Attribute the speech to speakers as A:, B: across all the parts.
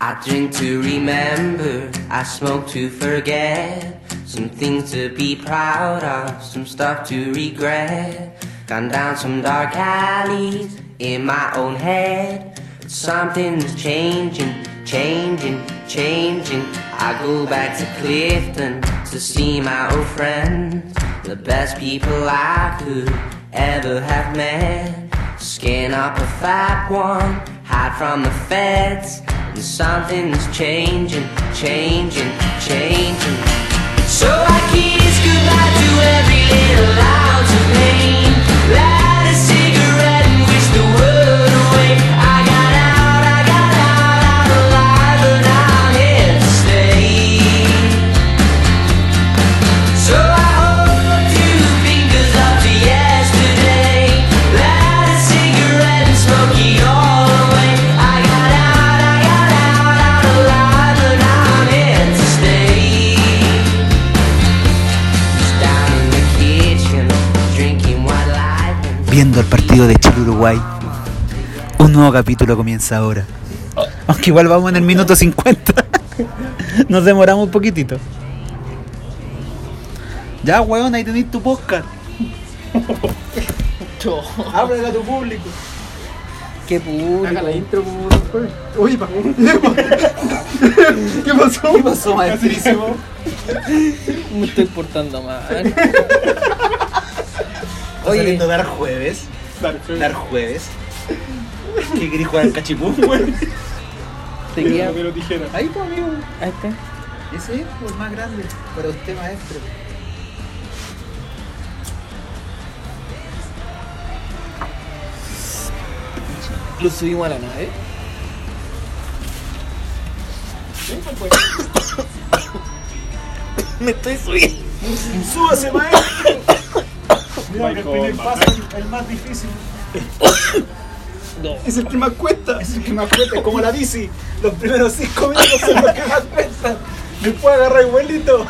A: I drink to remember, I smoke to forget. Some things to be proud of, some stuff to regret. Gone down some dark alleys in my own head. But something's changing, changing, changing. I go back to Clifton to see my old friends, the best people I could ever have met. Skin up a fat one, hide from the feds. And something's changing, changing, changing. So I kiss goodbye to every little ounce of pain. Light a cigarette and wish the world away. I got out, I got out, out alive, but I'm here to stay. So I hold two fingers up to yesterday, light a cigarette and smoke it all away. I got out, I got out, out alive, but I'm here to stay. Just down in the kitchen, drinking white lightning.
B: Viendo el partido de Chile-Uruguay, un nuevo capítulo comienza ahora. Aunque igual vamos en el minuto 50. Nos demoramos un poquitito. Ya, weón, ahí tenéis tu podcast. Háblale a tu público. Qué público.
C: la intro, Uy, pa. ¿Qué pasó?
B: ¿Qué pasó, maestrísimo?
D: Me estoy portando mal.
B: Oye,
D: saliendo
B: dar jueves.
C: Dark
B: jueves. ¿Qué querés jugar al cachipún, weón?
D: Te queda.
C: Pero tijera.
B: Ahí, pues, amigo.
D: Ahí está.
B: Ese es el más grande para usted, maestro.
D: Lo subimos a la nave. Me estoy subiendo.
C: ¡Súbase, maestro! Mira, que el primer paso es el más difícil.
D: No.
C: Es el que más cuesta. Es el que más cuesta. Es como la bici. Los primeros cinco minutos son los que más cuestan. Después agarra igualito.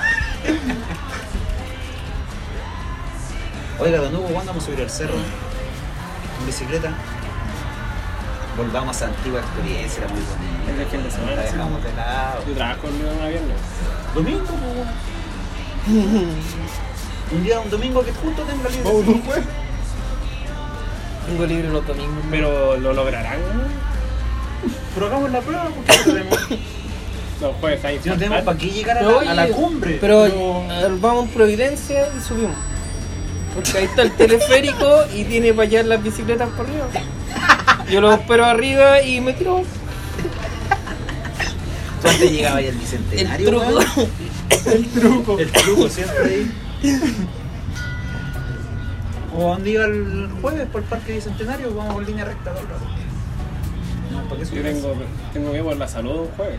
B: Oiga, don Hugo, ¿cuándo vamos a subir al cerro? ¿En bicicleta? Volvamos a esa antigua experiencia, era muy
E: Este
B: bonita. La gente se la dejamos de lado.
E: Yo trabajo el lunes a viernes.
B: Domingo, pues, weón. Un día, un domingo que justo tenga libre.
C: Vamos, Oh, no fue.
D: Tengo libre los domingos.
E: Pero lo lograrán, weón?
C: Pero hagamos la prueba porque no tenemos.
E: Los jueves Pues ahí. Ah,
B: Si no tenemos para qué llegar a
D: Pero
B: la, a la
D: oye,
B: cumbre.
D: Pero eh, vamos a Providencia y subimos. Porque ahí está el teleférico y tiene para allá las bicicletas por arriba. Yo los espero arriba y me tiro.
B: ¿Tú antes llegabas ahí al
D: El
B: bicentenario?
D: truco.
B: weón?
C: El truco.
B: El truco siempre ahí. O dónde iba el jueves por el parque bicentenario, vamos por línea recta todo el rato. No, ¿para qué
E: Yo
B: subir?
E: tengo, tengo que ir por la salud un jueves.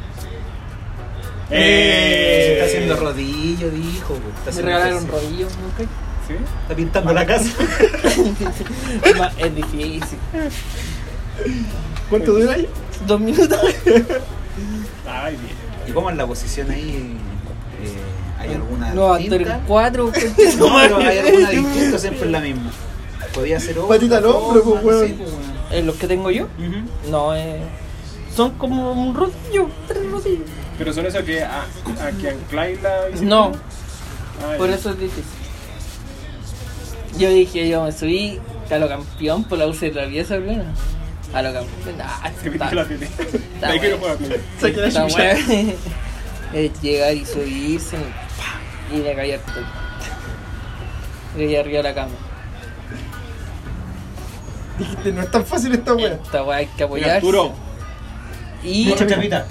E: Eh,
C: Eh.
B: Se está haciendo
E: rock.
B: rodillo, dijo. po. Está haciendo
D: Me regalaron
B: ejercicio.
D: rodillos, ¿no?
E: ¿Sí?
B: Está pintando la casa.
D: Ma- Es difícil.
C: ¿Cuánto dura ahí?
D: Dos minutos.
E: Ay, bien.
B: ¿Y cómo es la posición ahí? Eh, ¿Hay alguna
D: No, hasta el
B: distinta?
D: 4.
B: No, pero hay alguna distinta, siempre es la misma. Podía ser otra.
C: Patita al hombro,
B: forma,
C: pues,
B: no
C: weón.
B: sé, pues, weón.
D: ¿Los que tengo yo? No, eh, son como un rodillo, tres rodillos.
E: Pero son esos que, a, a que ancláis la bicicleta.
D: No,
E: Ay,
D: por eso es difícil. Yo dije, yo me subí a lo campeón por la UC traviesa, plena. A lo campeón. Ah,
E: Te
D: está-
E: metí la tele. Ahí que no juega bien.
C: Se queda
D: está
C: chucha.
D: bueno. Es llegar y subirse y me caí al todo. Y ahí arriba de la cama.
C: Dijiste, no es tan fácil esta wea.
D: Esta weá hay que
E: Oye,
D: apoyarse.
E: Arturo,
D: Y,
B: Mucha chapita.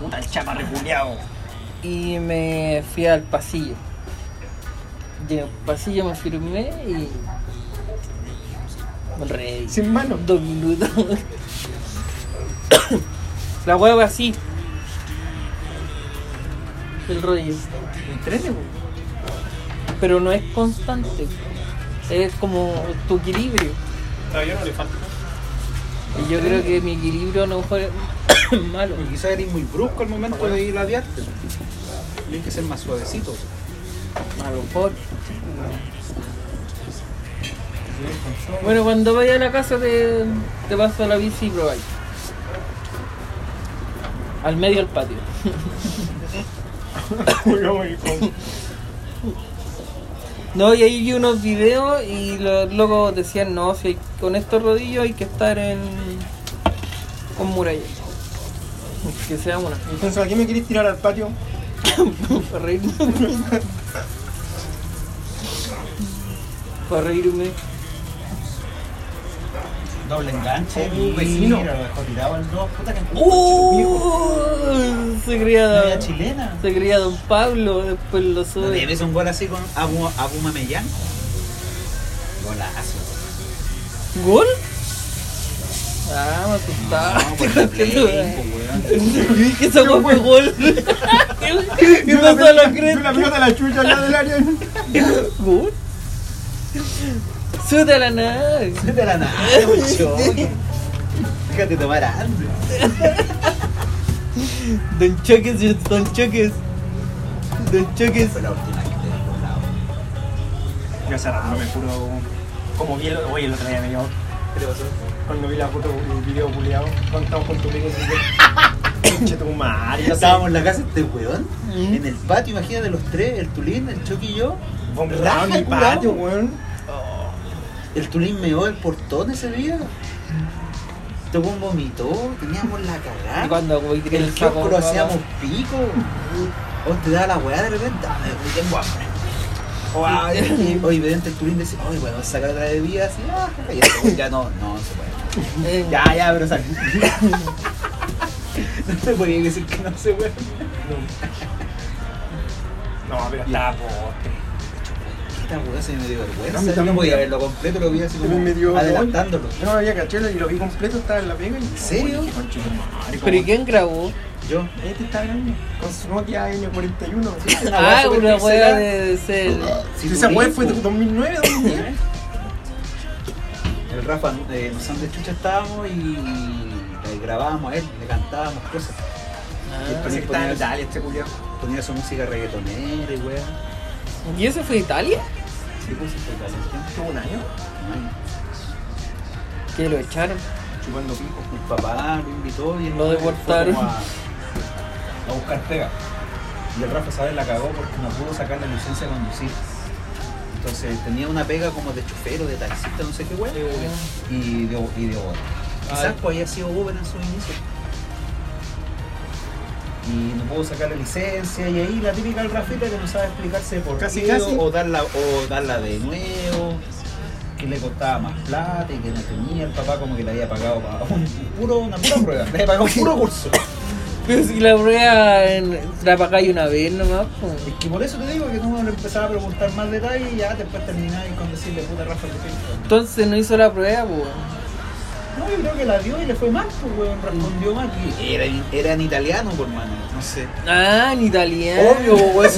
B: Puta el chapa reculeado.
D: y me fui al pasillo. Y en el pasillo me firmé y. Ready.
C: Sin mano.
D: Dos minutos. La huevo así. El rollo.
B: Entrene, pues.
D: Pero no es constante. Es como tu equilibrio.
E: todavía no le falta.
D: Y yo creo que mi equilibrio a lo mejor es malo.
B: Quizás eres muy brusco al momento de ir a aviarte. Tienes que ser más suavecito.
D: A lo mejor. Bueno, cuando vaya a la casa te, te paso la bici y probáis. Al medio del patio.
E: Muy con-
D: No, y ahí vi unos videos y los locos decían, no, si hay- con estos rodillos hay que estar en... con murallas. Que sea una.
C: Entonces, ¿a qué me querés tirar al patio?
D: Para reírme. Para reírme.
F: Doble enganche. Un vecino. mejor tiraba el dos. Puta que
D: ¡Uh! Se cría,
F: Media chilena.
D: se cría Don Pablo, después lo
B: ¿No
D: sube.
B: ¿Debes un gol así con Abu, Abu Mamellán? Golazo.
D: ¿Gol? Ah, me asustaba.
B: No, pues, por la Play,
D: Yo
B: po, weón.
D: dije, esa weá
B: pues".
D: fue gol. ¿Qué pasó a la cresta?
C: pelota la chucha al lado del área.
D: ¿Gol? Súbete a la nave.
B: De la nada, mucho. Déjate tomar hambre.
D: Don Choques, Don Choques. Don Choques.
F: Fue la última que te he volado.
E: Yo hace rato no me juro como vi el, oye, el otro día me dio. Cuando vi la foto, el video buleado, cuando estábamos con tu amigo, dije, pinche tu madre, ya
B: Estábamos
E: estábamos.
B: en la casa de este weón, en el patio, imagínate los tres, el Tulín, el Choque y yo.
E: Bombardeado en mi
B: Raja,
E: patio,
B: curado.
E: weón.
B: El Tulín meó el portón ese día. Tocó un vomitó, teníamos la
D: Y
B: cagada.
D: cuando voy a tirar
B: El
D: el saco,
B: kiosco lo
D: papá.
B: hacíamos pico. O te da la weá de repente, ah, me- tengo hambre. Oye, evidente el Tulín decía, oye, bueno, sacar otra bebida así, ah, y este weón ya no, no se puede.
D: Eh,
B: Ya, ya, pero sal. no te podía decir que no se puede.
E: No, pero estaba postre.
B: Esta weá se me dio vergüenza.
C: A mí
B: Yo
C: también.
B: no podía verlo completo, lo vi así como
C: También me dio
B: adelantándolo.
C: Yo no había cachado y lo vi completo, estaba en la pega y.
B: ¿En serio?
C: Conche tu madre,
D: ¿Pero y
C: cómo-
D: quién grabó?
B: Yo.
C: Este está grande, con su Nokia N41.
D: Ah, una
C: hueá
D: hueá de ser.
B: Si
C: esa
B: tu
C: weá fue de
B: disco-
C: 2009, 2010.
B: El Rafa, eh, nosotros de chucha estábamos y le grabábamos a él, le cantábamos cosas. Y
D: Ah.
B: ponía-
C: Parece que estaba en
B: ponía,
C: Italia este culiao.
B: ponía su música reggaetonera y weá.
D: ¿Y ese fue de Italia?
B: Sí, pues, sí, fue caliente.
C: Tuvo un año
B: Ay,
D: Que lo echaron.
C: chupando pico.
B: pues, Mi papá lo invitó y él
D: Lo
B: fue
D: deportaron.
B: como a-
F: a buscar pega. Y el Rafa Saber la cagó porque no pudo sacar la licencia de conducir. Entonces,
B: Tenía una pega como de chufero, de taxista, no sé qué weá.
F: y dio, y dio bola.
B: Quizás pues había sido Uber en su inicio.
F: Y no pudo sacar la licencia. Y ahí la típica del Rafita que no sabe explicarse por
C: Casi,
F: qué,
C: casi.
F: O, darla, o darla de nuevo. Que le costaba más plata y que no tenía. El papá como que le había pagado para un puro, una pura prueba. Le había pagado un puro curso.
D: Pero si la prueba en, la pagáis una vez nomás, pues.
F: Es que por eso te digo que uno le empezaba a preguntar más detalles y ya después terminaba con decirle puta Rafa que te
D: Entonces no hizo la prueba, pues.
F: No, yo creo que la dio y le fue mal, pues weón, respondió mal. Y
B: Era, era en italiano, por mano, no sé.
D: Ah, en italiano.
B: Obvio, weón.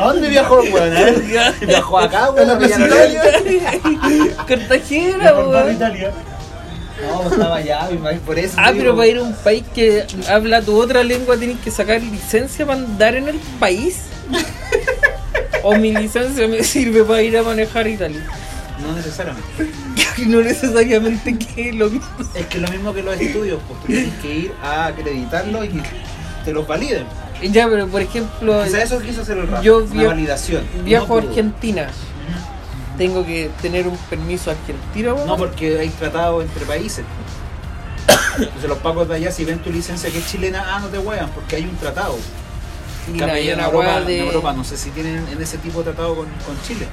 B: ¿A dónde viajó el weón? A ver, Viajó acá, weón.
C: la
B: a Villarreal.
D: Cartagena, weón.
F: Italia.
B: No, estaba allá, me imagino, por eso.
D: Ah,
B: te
D: pero
B: digo.
D: para ir a un país que habla tu otra lengua tenés que sacar licencia para andar en el país. o mi licencia me sirve para ir a manejar Italia.
B: No necesariamente.
D: Que no necesariamente que es lo mismo.
B: Es que es lo mismo que los estudios, pues tú tienes que ir a acreditarlo y que te los validen.
D: Ya, pero por ejemplo,
B: Quizás eso quiso hacer el Rafa,
D: Yo
B: una
D: via-
B: validación.
D: viajo a
B: No pudo.
D: Argentina. Tengo que tener un permiso argentino, weón.
B: No, porque hay tratado entre países. Entonces los pacos de allá, si ven tu licencia que es chilena, ah, no te huevan, porque hay un tratado. En
D: Y
B: cambio,
D: la,
B: allá
D: y
B: en
D: la
B: Europa,
D: weá
B: en
D: de.
B: Europa no sé si tienen en ese tipo de tratado con, con Chile.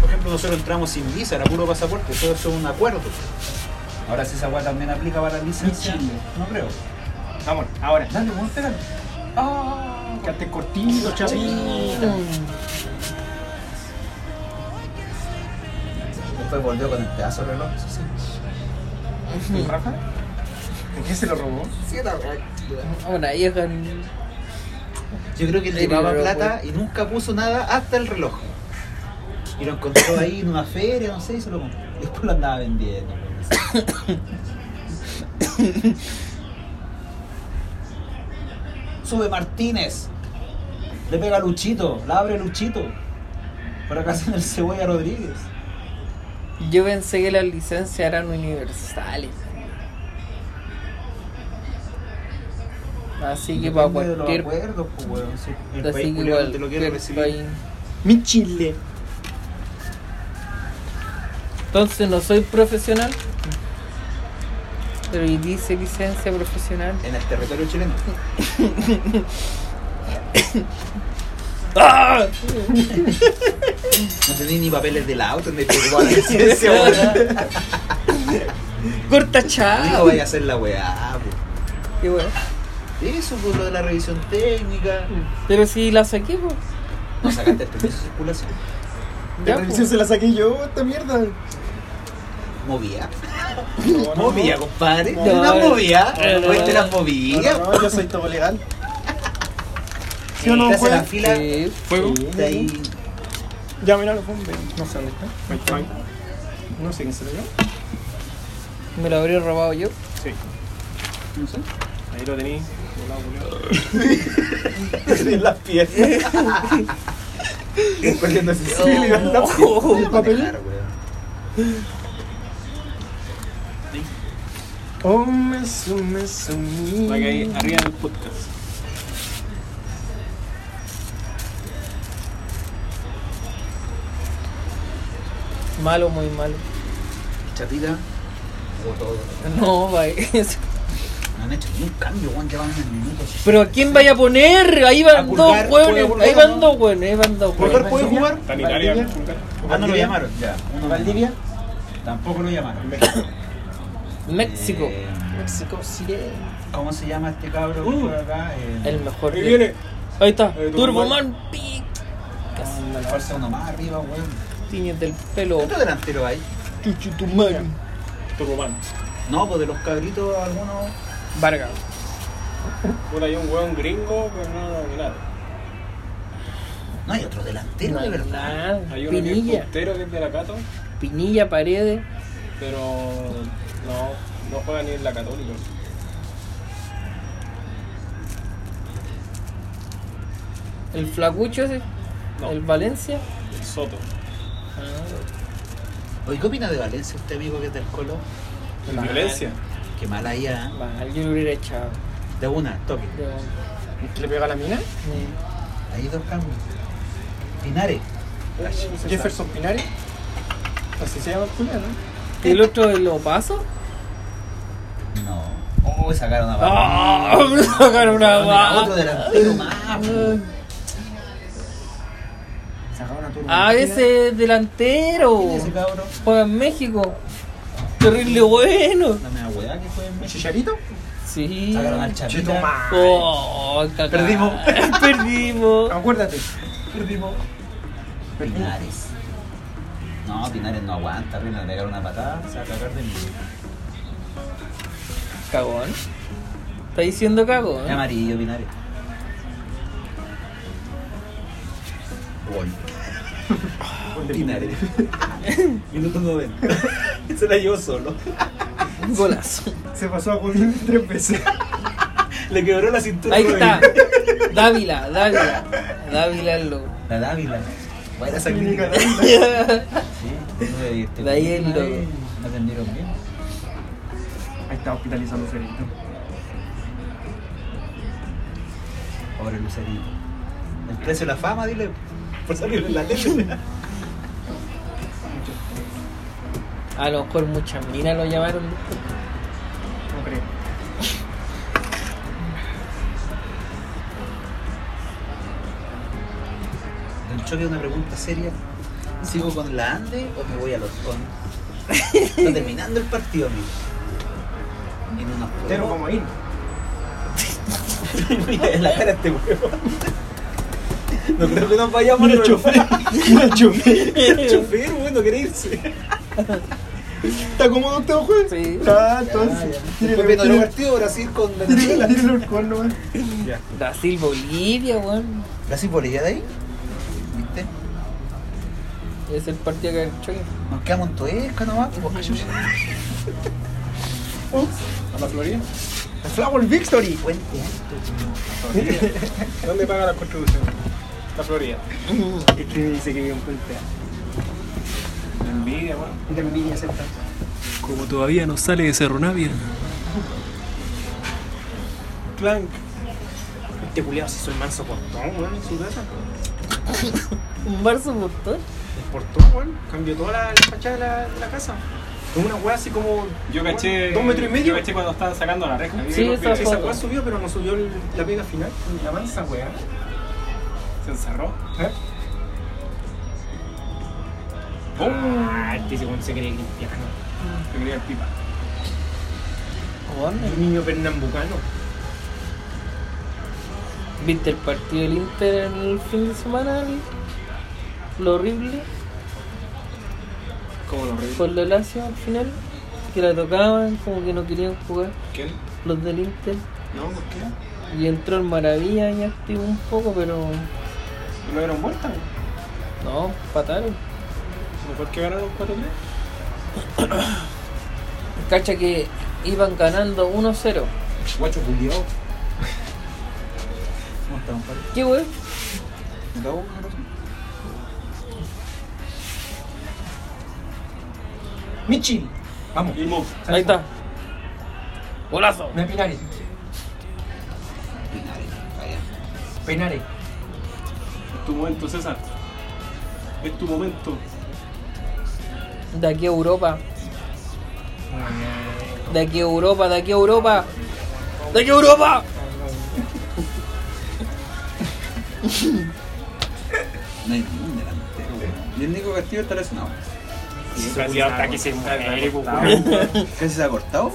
B: Por ejemplo, nosotros entramos sin visa, era puro pasaporte, eso es un acuerdo.
F: Ahora si esa weá también aplica para la licencia. No creo.
E: Vamos, ahora.
F: Dale, weón, pégale.
E: Quédate cortito, chavito.
D: Mm.
B: Después volvió con el pedazo de reloj. Sí,
E: ¿Rafa? ¿En qué se lo robó?
D: Ahora, vieja. en-
B: Yo creo que
D: Sí,
B: le llevaba
D: pero, pues-
B: plata y nunca puso nada hasta el reloj. Y lo encontró ahí en una feria, no sé, y se lo compró. Después lo andaba vendiendo. Sube Martínez. Le pega a Luchito, la abre Luchito. Por acá en el Cebolla Rodríguez.
D: Yo pensé que las licencias eran universales. Así que
F: Depende
D: para
F: de los
D: cualquier.
F: acuerdos, pues, weón. Si el
D: Así
F: país
D: que
F: culiao no te lo quiere
D: cualquier
F: recibir.
D: país.
C: Mi chile.
D: Entonces no soy profesional. Pero y dice licencia profesional.
B: En el territorio chileno.
D: ¡Ah!
B: No tenía ni papeles del auto, ni preocupado la licencia, weón.
D: ¡Corta
B: Digo,
D: chao!
B: vaya a hacer la weá, po.
D: Qué bueno.
B: Eso, pues, lo de la revisión técnica.
D: Pero si la saqué, pues.
B: No sacaste el permiso de circulación.
D: Ya,
E: La revisión
D: pues.
E: se la saqué yo, esta mierda.
B: Movía.
E: No, no,
B: Movía,
E: no.
B: compadre.
E: No,
B: una
D: no,
B: movía.
D: no,
B: Pues te las
D: no,
E: No,
B: movía.
E: no, no, yo soy todo legal. ¿Sí o no,
B: Te hace
E: juez?
B: la fila.
D: Sí.
E: ¿Fuego?
B: De ahí.
E: Ya, mira, lo pongo. No sé dónde está. Ahí está. Pues, No sé quién se lo dio.
D: Me lo habría robado yo.
E: Sí. No sé. Ahí lo tenéis.
B: en las piernas. Corriendo así.
D: Oh.
B: Sí, le da
D: Oh.
B: papel.
E: Oh, me sume, sume.
C: ahí arriba del podcast.
D: Malo, muy malo.
B: Chapita. O todo.
D: No, va eso.
B: No han hecho ni un cambio, Juan, ya van unos minutos.
D: Pero ¿a quién vaya a poner? Ahí
B: A
D: van
B: pulgar,
D: dos hueones.
B: puede volver,
D: Ahí van
B: ¿no?
D: dos hueones. Ahí van dos hueones.
B: puede jugar.
E: Sanitaria.
B: Valdivia. Ah, no lo llamaron. Ya. Uno Valdivia. Tampoco lo llamaron.
D: México.
B: Eh,
E: México City.
B: ¿Cómo se llama este cabro que juega acá? El,
D: El mejor.
E: Ahí viene.
D: Ahí está.
E: Ahí
D: Turboman.
B: la fuerza uno más arriba, weón.
D: Tiñes del pelo.
B: ¿Cuántos delanteros hay?
E: Chuchutumayo. Turbomán.
B: No, pues de los cabritos algunos.
D: Vargas.
E: Bueno, hay un hueón gringo, pero no, no, nada.
B: No hay otro delantero, de verdad.
D: Nada.
E: Hay uno que es
D: Pinilla.
E: puntero, que es de la Cato,
D: Pinilla, paredes.
E: pero no, no juega ni en la Católica.
D: El flacucho ese.
E: No,
D: El
E: el
D: Valencia. Ah,
E: Soto.
B: Oye, ¿qué opina de Valencia este amigo que es del Colo?
E: El
D: Mal.
E: Violencia.
B: Qué mala idea. ¿eh?
D: Mal, yo lo hubiera echado.
B: De una, toque.
D: Pero,
E: ¿Que le pega a la mina?
D: eh,
B: Ahí dos cambios. Pinares.
E: Jefferson Pinari. Así se llama el culiao, ¿no?
D: ¿El otro de los pasos?
B: No. Oh, sacaron a
D: ¡Ah! Me sacaron una
B: Era Otro
D: guapa.
B: delantero más. po. Sacaron a Turbo.
D: Ah, ese delantero.
B: ¿Quién es ese cabro?
D: Juega en México. Terrible bueno.
B: No me da weá que fue en México.
E: ¿Chicharito?
D: Sí.
B: Sacaron al Chapita.
D: Oh, cagada.
B: Perdimos.
D: Perdimos.
E: Acuérdate.
B: Pinares. No, Pinares no aguanta. Arriba le pegaron una patada. Se va a cagar de mí.
D: Cagón. Está diciendo cagón.
B: Es amarillo, Pinares. Gol. Pinares. Minuto 90. Se la llevó solo.
D: Golazo.
E: Se pasó a cubrir tres veces.
B: Le quebró la cintura.
D: Ahí está. Dávila, Dávila. Dávila es loco.
B: La Dávila. Buena esa clínica. Sí, no este
D: De ahí el
B: una
D: logo.
B: vez, No atendieron bien.
E: Ahí está hospitalizando Ferito.
B: Ahora Lucerito. El precio de la fama, dile. Por salir en la tele.
D: A lo mejor muchas minas lo llamaron después.
E: No creo.
B: El choque es una pregunta seria. ¿Sigo con la Ande o me voy a los con? Está terminando el partido, amigo. Y no nos
E: Pero
B: podemos.
E: como ahí.
B: Mira en la cara este huevo. No creo que nos vayamos el chofer.
E: El chofer.
B: El chofer, bueno, quiere irse.
E: ¿Está cómodo este juez?
D: Sí.
E: Ah, entonces.
B: Después viendo el partido Brasil con
E: Tírale,
B: Venezuela.
E: tírale el cuerno, weón.
D: Brasil, Bolivia, weón.
B: ¿Brasil por allá de ahí? ¿Viste?
D: Es el partido que el choque.
B: Nos quedamos en Toesca nomás. pues, cachucha.
E: ¿A la Florida? ¡A Flower Victory!
B: Puente alto.
E: ¿Dónde paga la contribución? La Florida. Este me dice que vive en Puente Alto. Me envidia, weón. Te envidia, acepta.
G: Como todavía no sale de Cerro Navia.
E: Clank.
H: este culiado si soy manso portón, weón, en su casa.
D: Un barzo motor.
H: El portón, weón, cambió toda la, la fachada de la, de la casa. Con una weá así como.
E: Yo
H: weón,
E: caché.
H: Dos metros y medio.
E: Yo caché cuando estaban sacando la reja.
D: Sí,
E: Yo-
D: esa
H: Esa
D: foto.
H: weá subió, pero no subió el- la pega final. La mansa weá.
E: Se encerró.
H: ¿Eh? Ah, este segundo se cree cristiano.
E: Yo quería el pipa.
H: Un niño pernambucano.
D: ¿Viste el partido del Inter en el fin de semana? Ali? Lo horrible.
H: ¿Cómo lo reí?
D: Con la Lazio al final. Que la tocaban, como que no querían jugar
H: ¿Quién?
D: los del Inter.
H: No, ¿por qué?
D: Y entró el Maravilla y activó un poco, pero
H: ¿No dieron vuelta?
D: no, pataron.
H: ¿Mejor que ganaron 4-3?
D: Cacha que iban ganando 1-0.
B: Guacho culiao.
D: ¿Qué wey?
B: ¿Me cago en la razón?
H: Michi. Vamos.
D: Ahí está. Golazo.
H: No es Pinares. Pinares.
E: Es tu momento, César. Es tu momento.
D: De aquí a Europa. De aquí a Europa, de aquí a Europa. De aquí a Europa.
B: No hay ningún delantero, weón. Y el Nico Castillo está lesionado.
H: Ese culiao está que se muere,
E: pues,
H: po,
B: ¿Qué se ha cortado?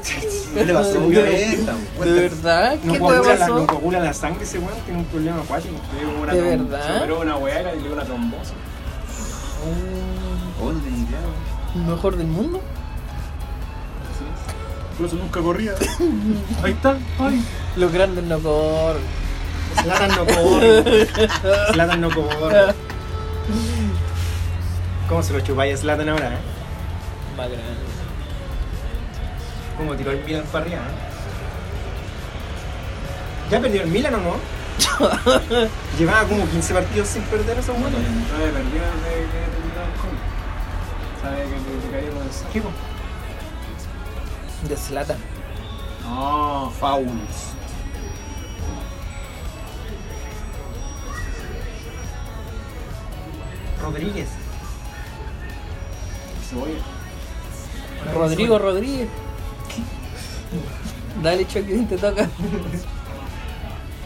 B: ¿Qué le pasó? ¿Qué venta?
D: De verdad,
H: No
D: ¿qué te
H: coagula, la,
D: pasó?
H: no coagula la sangre ese weón, tiene un problema acuático.
E: Le dio una
D: ¿De
E: trom-
D: verdad?
E: Se operó una weá y le dio una trombosis.
B: Oh, no tenía idea, weón.
D: ¿Mejor del mundo?
E: Por eso nunca corría. Ahí está. Ay.
D: Los grandes no corren.
H: Slatan no cobre. Slatan no cobre. ¿Cómo se lo chupáis a Slatan ahora, eh?
D: Más grandes.
H: ¿Cómo tiró el Milan para arriba, eh? ¿Ya perdió el Milan o no? Llevaba como 15 partidos sin perder esa weón.
E: Sabe, perdieron de que terminaron con. Sabe que te- te cayeron del saco.
H: Chico.
D: De Zlatan.
B: No, Fauls.
H: Rodríguez.
E: Cebolla.
D: Rodrigo Rodríguez. Dale, Chucky, te toca.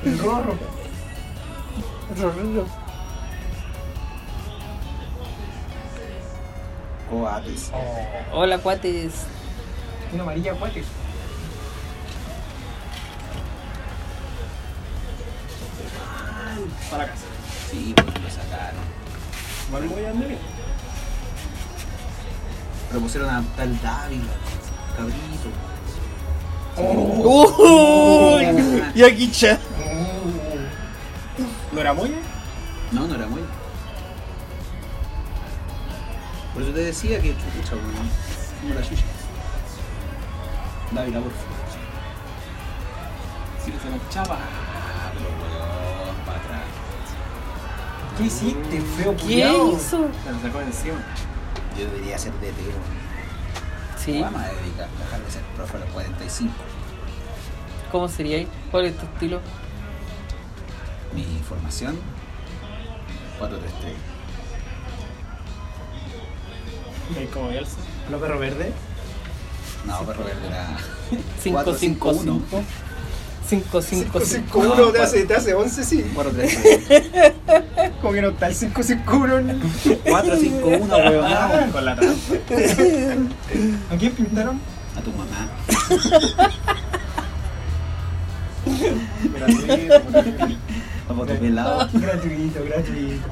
H: El Rorro.
D: Rodrigo.
B: Coates.
D: Hola, cuates.
H: Una amarilla acuática.
E: Para la casa.
B: Sí, pues lo sacaron.
E: ¿Vale, voy a andar?
B: Pero pusieron a tal Dávila, cabrito.
D: ¡Uy! y aquí chat.
H: ¿No era Moya?
B: No, no era muy. Por eso te decía que chucha, weón. Como la chucha. Dávila, por favor.
E: Si le la chapa.
B: Ah, pero weón, para atrás.
H: ¿Qué hiciste, feo
D: ¿Qué
H: culiao?
D: hizo?
E: Se lo sacó de encima.
B: Yo debería ser DT, weón.
D: Sí.
B: Vamos a dedicar, dejar de ser profe a los 45.
D: ¿Cómo sería ahí? ¿Cuál es tu estilo?
B: Mi formación, 4-3-3.
E: Ahí como Bielsa.
H: ¿Los perros verdes?
B: No, perro verde era...
D: 5-5-5.
B: 4-5-1.
D: 5-5-5.
H: 5-1 te hace, te hace 11, sí.
B: 4-3-3.
H: Como que no está el 5-5-1 en-
B: 4-5-1, weón.
E: Ah, con la trampa.
H: ¿A quién pintaron?
B: A tu mamá.
H: Gratuito,
B: A voto pelado.
H: gratuito, gratuito.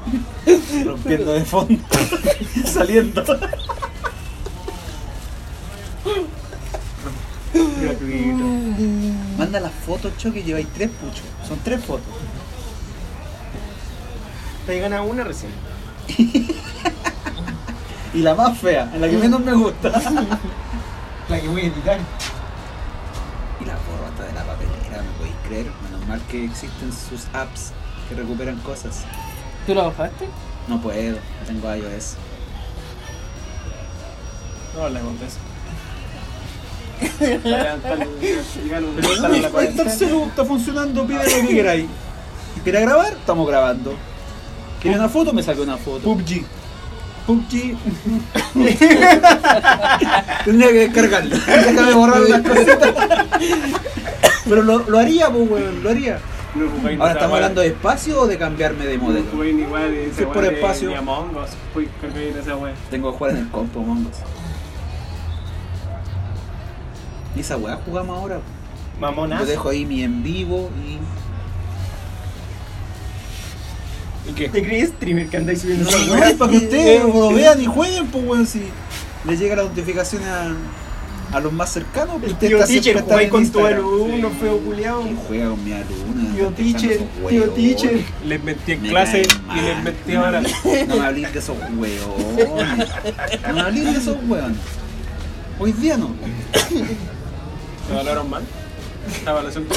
B: Rompiendo de fondo. Saliendo.
H: Gratuito.
B: Manda las fotos, choque, lleváis tres puchos. Son tres fotos.
H: Te gana una recién.
B: Y la más fea, la que menos me gusta.
H: La que voy a editar.
B: Y la borro hasta de la papelera, me podéis creer. Menos mal que existen sus apps que recuperan cosas.
D: ¿Tú lo bajaste?
B: No puedo, no tengo iOS.
E: No, la contesta. Llegaron a la cuarentena.
B: Ah, está funcionando, pide lo que queráis. ¿Quieres grabar? Estamos grabando. ¿Quieres una foto? Me saqué una foto.
I: PUBG. PUBG.
B: Tendría que descargarlo. Déjame borrar unas cositas. Pero lo, lo haría, pues, weón, lo haría.
E: No pues, jugáis
B: Ahora, ¿estamos hablando de espacio o de cambiarme de
E: de
B: modelo?
E: jugáis pues, igual de
B: Si
E: esa
B: es por
E: weá de-
B: espacio.
E: de Among Us. Fui cargáis en esa weá.
B: Tengo que jugar en el compo, mongos. Y esa weá jugamos ahora. Yo
H: Mamonazo.
B: dejo ahí mi en vivo y.
H: ¿Y qué? ¿Te crees streamer que andáis subiendo esa
B: No,
H: weá?
B: es para que ustedes lo vean y jueguen, pues weón, si les llega la notificación a, a los más cercanos, pues
H: El
B: usted
H: tío
B: está
H: teacher,
B: siempre está
H: jugáis
B: en
H: con tu
B: Instagram.
H: alumno, feo culiao.
B: ¿Quién juega con mi alumna?
H: Tío
B: Están dejando
H: teacher,
B: esos
H: tío
B: huevos.
H: teacher.
E: Les metí en
B: Me
E: clase
B: caen
E: y les
B: mal.
E: metí ahora.
B: No me hablís de esos hueones. No me hablís de esos hueones. Hoy día no.
E: ¿Te valoraron mal? La evaluación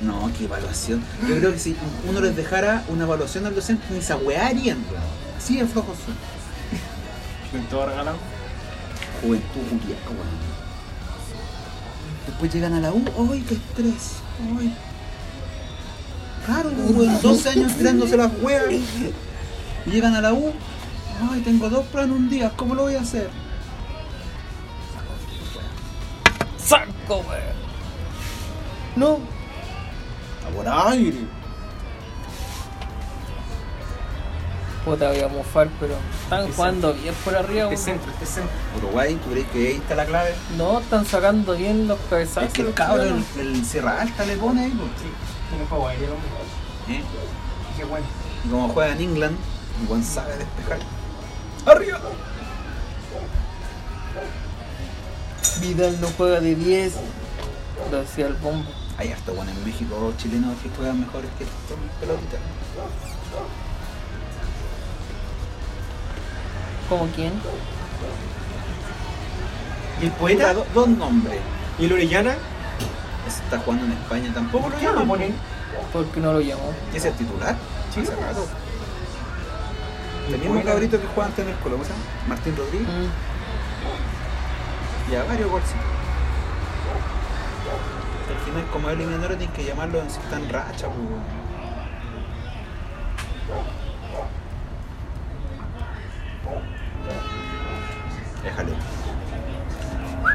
B: No, qué evaluación. Yo creo que si uno les dejara una evaluación al docente, ni esa weá harían, weón. Así de flojos son.
E: ¿Me todo regalado?
B: Juventud juliaca, weón. Después llegan a la U, ¡ay, qué estrés! ¡Ay! Claro, pues, weón, 12 años tirándose las weas. Y llegan a la U, ¡ay, tengo dos pruebas en un día! ¿Cómo lo voy a hacer?
D: ¡Saco, weón! No,
B: ¡A por aire!
D: puta, voy a mofar, pero están
E: Exacto.
D: jugando bien por arriba,
E: Este
D: weón.
E: centro, este centro.
B: Uruguay, ¿tú crees que ahí está la clave?
D: No, están sacando bien los cabezazos.
B: Es que el
D: los
B: cabrón,
D: chilenos.
B: el, el Sierra Alta le pone ahí, pues.
H: Tiene pa' guay, el hombre.
B: ¿Eh?
H: Qué bueno.
B: Y como juega en England, el weón sabe despejar.
H: ¡Arriba!
D: Vidal no juega de 10. Lo decía el bombo.
B: Hay harto bueno en México chilenos que juegan mejores que estos pelotitas.
D: ¿Como quién?
H: ¿Y el
B: Puta,
H: poeta?
B: do- dos nombres.
H: ¿Y el orellana?
B: Ese está jugando en España tampoco
H: ¿Cómo
B: lo
H: lo llaman?
B: llaman.
H: ponen?
D: Porque no lo llamó.
B: Ese es titular.
H: Sí.
B: Hace rato. El
H: El
B: mismo
H: poeta.
B: cabrito que juega antes en el Colo, ¿cómo se llama? Martín Rodríguez.
D: Mm.
B: Y a varios goles. Al final, como es eliminatorio, tienen que llamarlo en si está en racha, pues. weón. Déjalo.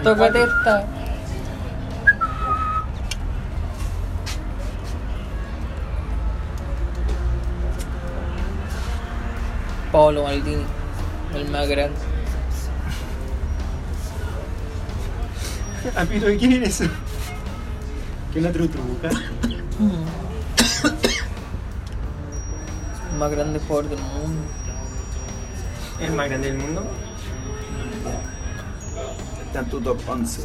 D: Tócate esta. Paolo Maldini, el más grande.
H: ¿A mí no quién es eso? ¿Quién la truca?
D: El más grande jugador del mundo.
H: ¿El más grande del mundo?
B: Está en tu top 11.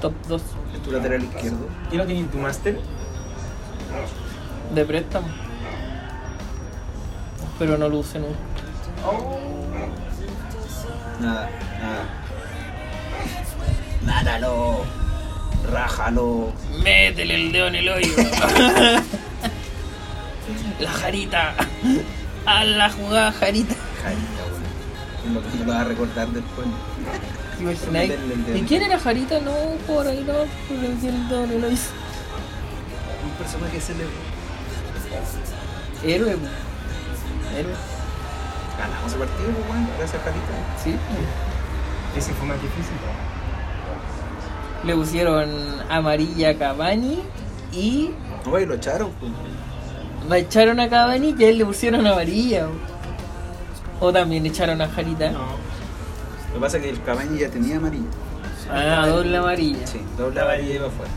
D: Top 2
B: Es tu lateral izquierdo.
H: ¿Quién lo tiene en tu máster?
D: de préstamo. Pero no lo usé nunca.
B: Nada, nada. Mátalo. Rájalo.
D: Métele el dedo en el hoyo. la jarita. A la jugada jarita.
B: Jarita, weón. Es lo que no lo vas a recordar después.
D: ¿Te imagináis?
B: Métele el dedo.
D: ¿Y quién era jarita? No, por ahí no. Por ahí el dedo en el hoyo.
B: Un personaje célebre.
D: Héroe. po. Héroe.
B: Ganamos el partido, pues, weón. Gracias, Jarita.
D: Sí. po.
H: Ese fue más difícil.
D: Le pusieron amarilla a Cavani y
B: No, y lo echaron, pues.
D: echaron a Cavani y a él le pusieron amarilla. po. O también echaron a Jarita.
H: No.
B: Lo que pasa es que el Cavani ya tenía amarilla.
D: Ah, doble amarilla.
B: Sí, doble amarilla iba afuera.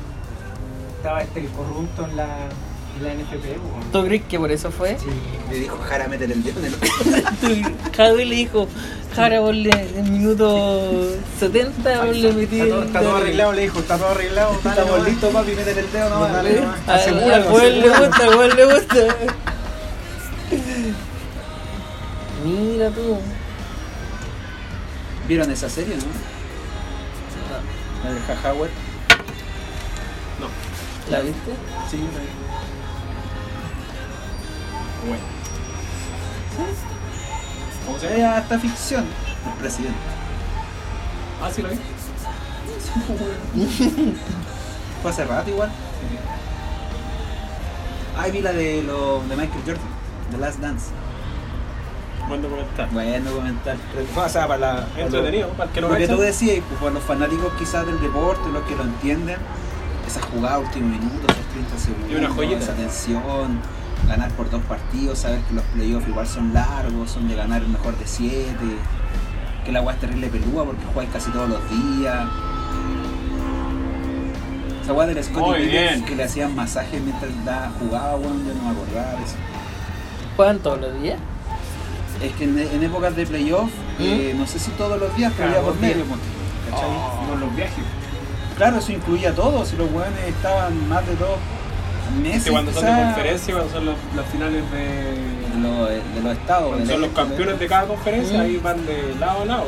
H: Estaba este el corrupto en la, en la NFP, weón.
D: ¿Tú crees que por eso fue?
H: Sí.
B: Le dijo Jara, métele el dedo en el
D: Javi le dijo, Jara, ponle en minuto 70, ponle metí.
H: Está todo, está todo
D: dale".
H: arreglado, le dijo, está todo arreglado. dale,
B: Estamos
H: nomás.
B: listos, papi, métele el dedo nomás.
H: Dale,
B: Dale,
H: nomás.
D: A- Al
H: Asegúralo,
D: Joel le
H: asegúralo.
D: gusta, al Joel le gusta. Mira tú.
B: ¿Vieron esa serie, no? La del Jajawar.
D: ¿La viste?
B: Sí,
E: Bueno. ¿Cómo se
B: Es hasta ficción. El presidente.
E: Ah, sí lo vi.
B: Fue hace rato igual. Ay, vi la de, lo, de Michael Jordan, The Last Dance.
E: Buen documental.
B: Buen documental.
E: O sea, para la... Entretenido, para el que no
B: lo que
E: cacha.
B: tú decías, pues, para los fanáticos quizás del deporte, los que lo entienden, esa jugada último minuto, esos 30 segundos,
E: Y una joyita.
B: esa tensión, ganar por dos partidos, saber que los playoffs igual son largos, son de ganar el mejor de siete, que la agua es terrible pelúa porque jugáis casi todos los días. Esa agua del Scottie
E: Muy
B: Pippen
E: bien.
B: que le hacían masajes mientras da- jugaba, weón, yo no me acordaba de eso.
D: ¿Juegan todos los días?
B: Es que en, en épocas de playoff, eh, no sé si todos los días, pero
E: Cada
B: ya por
E: dos
B: medio,
E: días.
B: ponte tú, ¿cachai?
E: pues. Oh.
G: Con los viajes.
B: Claro, eso incluía todo, si los hueones estaban más de dos meses.
E: Que cuando son de
B: quizá,
E: conferencia, cuando son los...
G: Las finales
B: De,
G: de.
B: lo- de los estados.
E: Cuando
B: del-
E: son los campeones de cada conferencia, ahí van de lado a lado.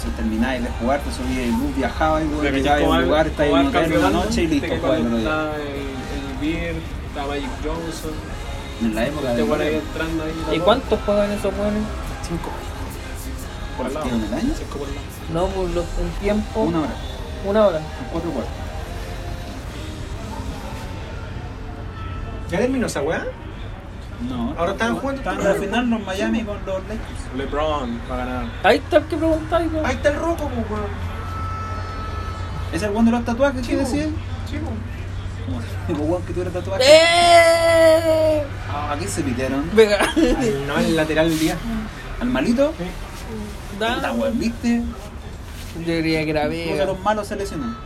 B: Si termináis de jugar, te subías el bus, viajabas y
E: De que
B: llegabas a
E: como
B: un
E: al-
B: lugar, estabas en
E: como
B: un
E: al
B: hotel una
E: campeonato,
B: noche y
E: de
B: listo, pues,
E: que
B: jugabas el
E: cuando
B: otro
G: Está
B: día.
G: el, el Beer, está Magic Johnson.
B: En la época
G: Este
B: de
G: weón ahí entrando ahí.
D: ¿Y cuántos juegan esos buenos?
E: Por lado.
B: partido en el año,
E: Cinco por lado.
D: No, por lo, en tiempo.
B: una hora,
D: Una hora.
B: cuatro cuartos.
C: ¿Ya terminó esa weá?
B: No.
C: Ahora estaban jugando-
B: Estaban en la final los Miami con los Lakers.
E: LeBron va a ganar.
D: Ahí está el que preguntáis, weón.
C: Ahí está el roco, pues, weón.
B: ¿Es el weón de los tatuajes que decía?
C: Sí, pues.
B: Como el weón que tuviera tatuajes.
D: ¡Eh!
B: Ah, aquí se pitearon.
D: Venga.
C: Al- No, el lateral día.
B: Al malito, puta
D: Da.
B: weón, ¿viste?
D: Yo quería que era
B: Uno de
D: Vega.
B: los malos se lesionan.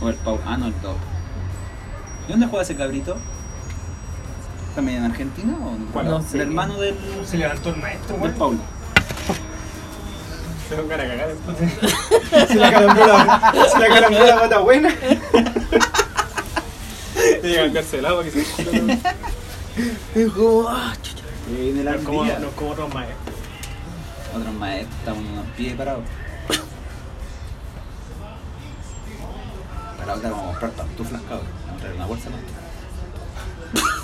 B: O el Pau. Ah, no, el Pau. ¿Y dónde juega ese cabrito? ¿También en Argentina o en
E: ¿Cuál?
D: No
B: El
D: sé.
B: hermano del,
E: Se levantó el maestro,
B: del Paulo.
E: Se van a cagar entonces.
C: Se la calambró la, se la calambró la pata buena.
E: Tiene que cambiarse de lado que se
B: Y en el
E: No es como,
B: Argentina.
E: no es como otros maestros.
B: Otros maestros, estamos unos pies parados. Para la otra vamos a comprar pantuflas, cabrón. Vamos a traer una bolsa de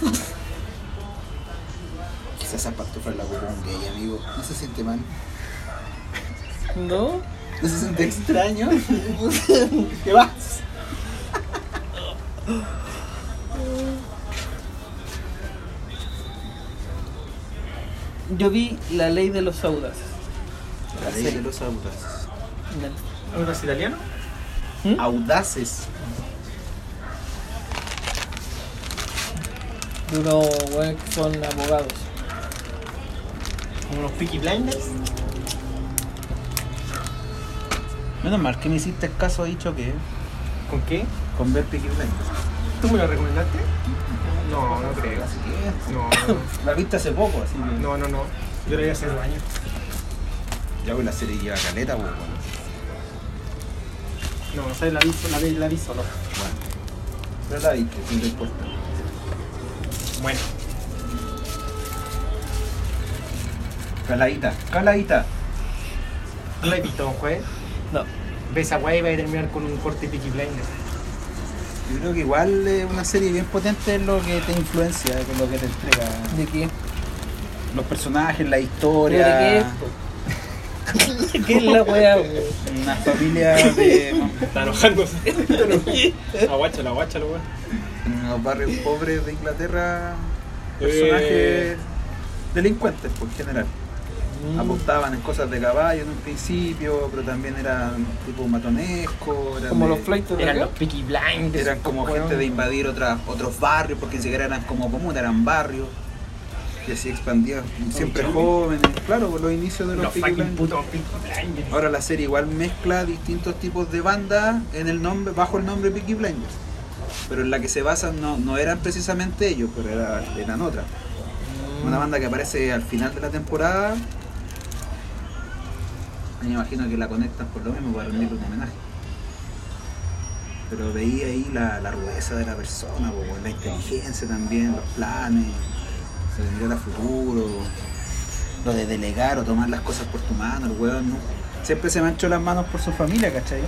B: pantuflas. Quizás esas pantuflas las ocupó un gay, amigo. No se siente mal.
D: ¿No?
B: ¿No se siente extraño? ¿Qué vas?
D: Yo vi la ley de los audaces.
B: La ley de los audaces.
C: ¿Uno es italiano?
B: ¿Mm? Audaces.
D: De unos weones que son abogados.
C: Como unos Peaky Blinders.
B: Menos mal que me hiciste caso dicho que
C: ¿Con qué?
B: con ver Peaky Blinders.
C: ¿Tú me lo recomendaste? No, no creo.
B: Así que
C: No,
B: la viste hace poco, así que.
C: no, no, no. Yo lo voy a hacer baño.
B: Ya voy la serie lleva caleta, pues. bueno.
C: No, o sea, la vi, la vi, la vi solo.
B: Pero la viste, sí, no importa.
C: Bueno.
B: Caladita, caladita.
C: ¿No la he visto, don juez?
D: No.
C: Ves a guay y va a terminar con un corte Peaky Blinders.
B: Yo creo que igual es una serie bien potente es lo que te influencia, eh, con lo que te entrega.
D: ¿De qué?
B: Los personajes, la
D: ¿De qué es?
B: historia.
D: po? ¿Qué es la weá, weón?
B: Una familia de.
E: Está enojándose. Aguáchalo, aguáchalo, weón.
B: en los barrios pobres de Inglaterra
E: Eh.
D: Eh.
B: personajes delincuentes por general.
D: Mm.
B: Apostaban en cosas de caballo en un principio, pero también eran tipo matonesco, eran,
D: Como
B: de-
D: los flights de
C: Eran
D: acá.
C: los Peaky Blinders.
B: eran como
C: weón.
B: gente de invadir otras, otros barrios, porque ni siquiera eran como comunes, eran barrios. Y así expandían, siempre jóvenes, claro, por los inicios de los,
C: Los
B: Peaky
C: fucking
B: Blinders.
C: putos Peaky Blinders.
B: Ahora la serie igual mezcla distintos tipos de bandas en el nombre, bajo el nombre Peaky Blinders. Pero en la que se basan no, no eran precisamente ellos, pero era- eran otras. Una banda que aparece al final de la temporada. Me imagino que la conectan por lo mismo para rendirle un homenaje. Pero veía ahí la, la rudeza de la persona, po, la inteligencia también, los planes, se vendría a futuro, lo de delegar o tomar las cosas por tu mano, el weón ¿no? siempre se manchó las manos por su familia, ¿cachai?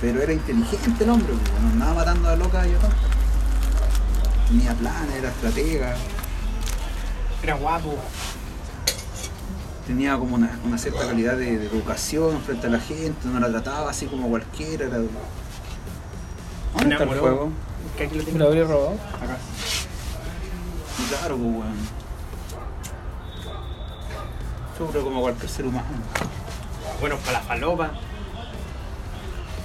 B: Pero era inteligente el hombre, po, no andaba matando a loca yo tonta. Ni a planes, era estratega.
C: Era guapo.
B: tenía como una, una cierta calidad de, de educación frente a la gente, no la trataba así como cualquiera. Era... ¿Dónde está el
H: Enamoró.
B: juego?
H: Que aquí lo
D: ¿Me lo
H: tengo.
D: habría robado?
H: Acá.
B: Claro, pues, weón. Yo creo como cualquier ser humano.
H: Bueno, para la falopa.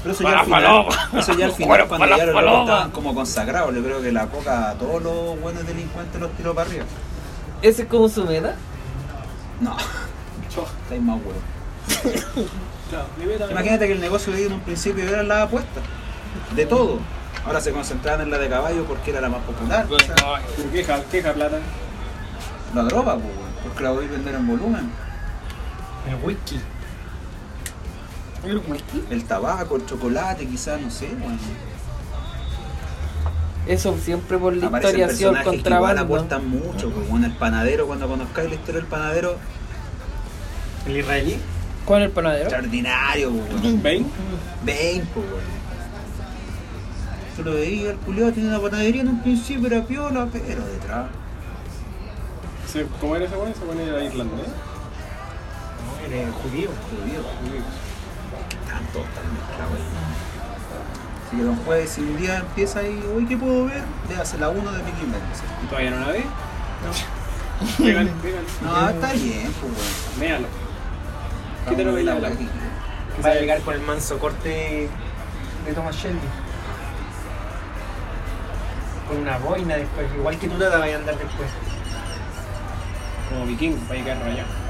B: Pero eso ya al final, eso ya al final cuando ya los locos estaban como consagrados, yo creo que la coca a todos los buenos delincuentes los tiró para arriba.
D: ¿Ese es como su meta?
B: No, estáis más huevos. Imagínate que el negocio de ellos en un principio eran las apuestas, de todo. Ahora se concentraban en la de caballo porque era la más popular. o sea,
E: Pero qué ja- qué ja plata.
B: La droga, pues, weón, porque la podéis vender en volumen.
H: El whisky. El whisky.
B: El tabaco, el chocolate, quizás, no sé, weón.
D: Eso siempre por la historia
B: Aparecen
D: ha sido el
B: personajes que igual
D: contrabando.
B: aportan mucho, pues, weón. El panadero, cuando conozcáis la historia del panadero,
H: El israelí.
D: ¿Cuál es el panadero?
B: extraordinario, pues, weón.
E: ¿Vein?
B: Vein, pues, weón. Yo lo veía, el culiado tenía una panadería en un principio, era piola, pero detrás.
E: Se- ¿Cómo era ese weón? Se pone era ¿eh? irlandés.
H: No, Eres judío.
B: judío, judío. Tanto, tan mezclado ahí. Así que don jueves, si un día empieza ahí, oye, ¿qué puedo ver? Le hace la 1 de Mickey Mouse.
E: ¿Y todavía no la ve? No. Pégale, pégale.
B: No, está bien, pues bueno.
E: Véalo. ¿Qué te lo veis la
B: Vamos a ver
E: verdad?
B: aquí.
H: Va a llegar con el manso corte de Thomas Shelby. Con una boina después, igual que tú la vayas a andar después.
E: Como viking, va a llegar rayado.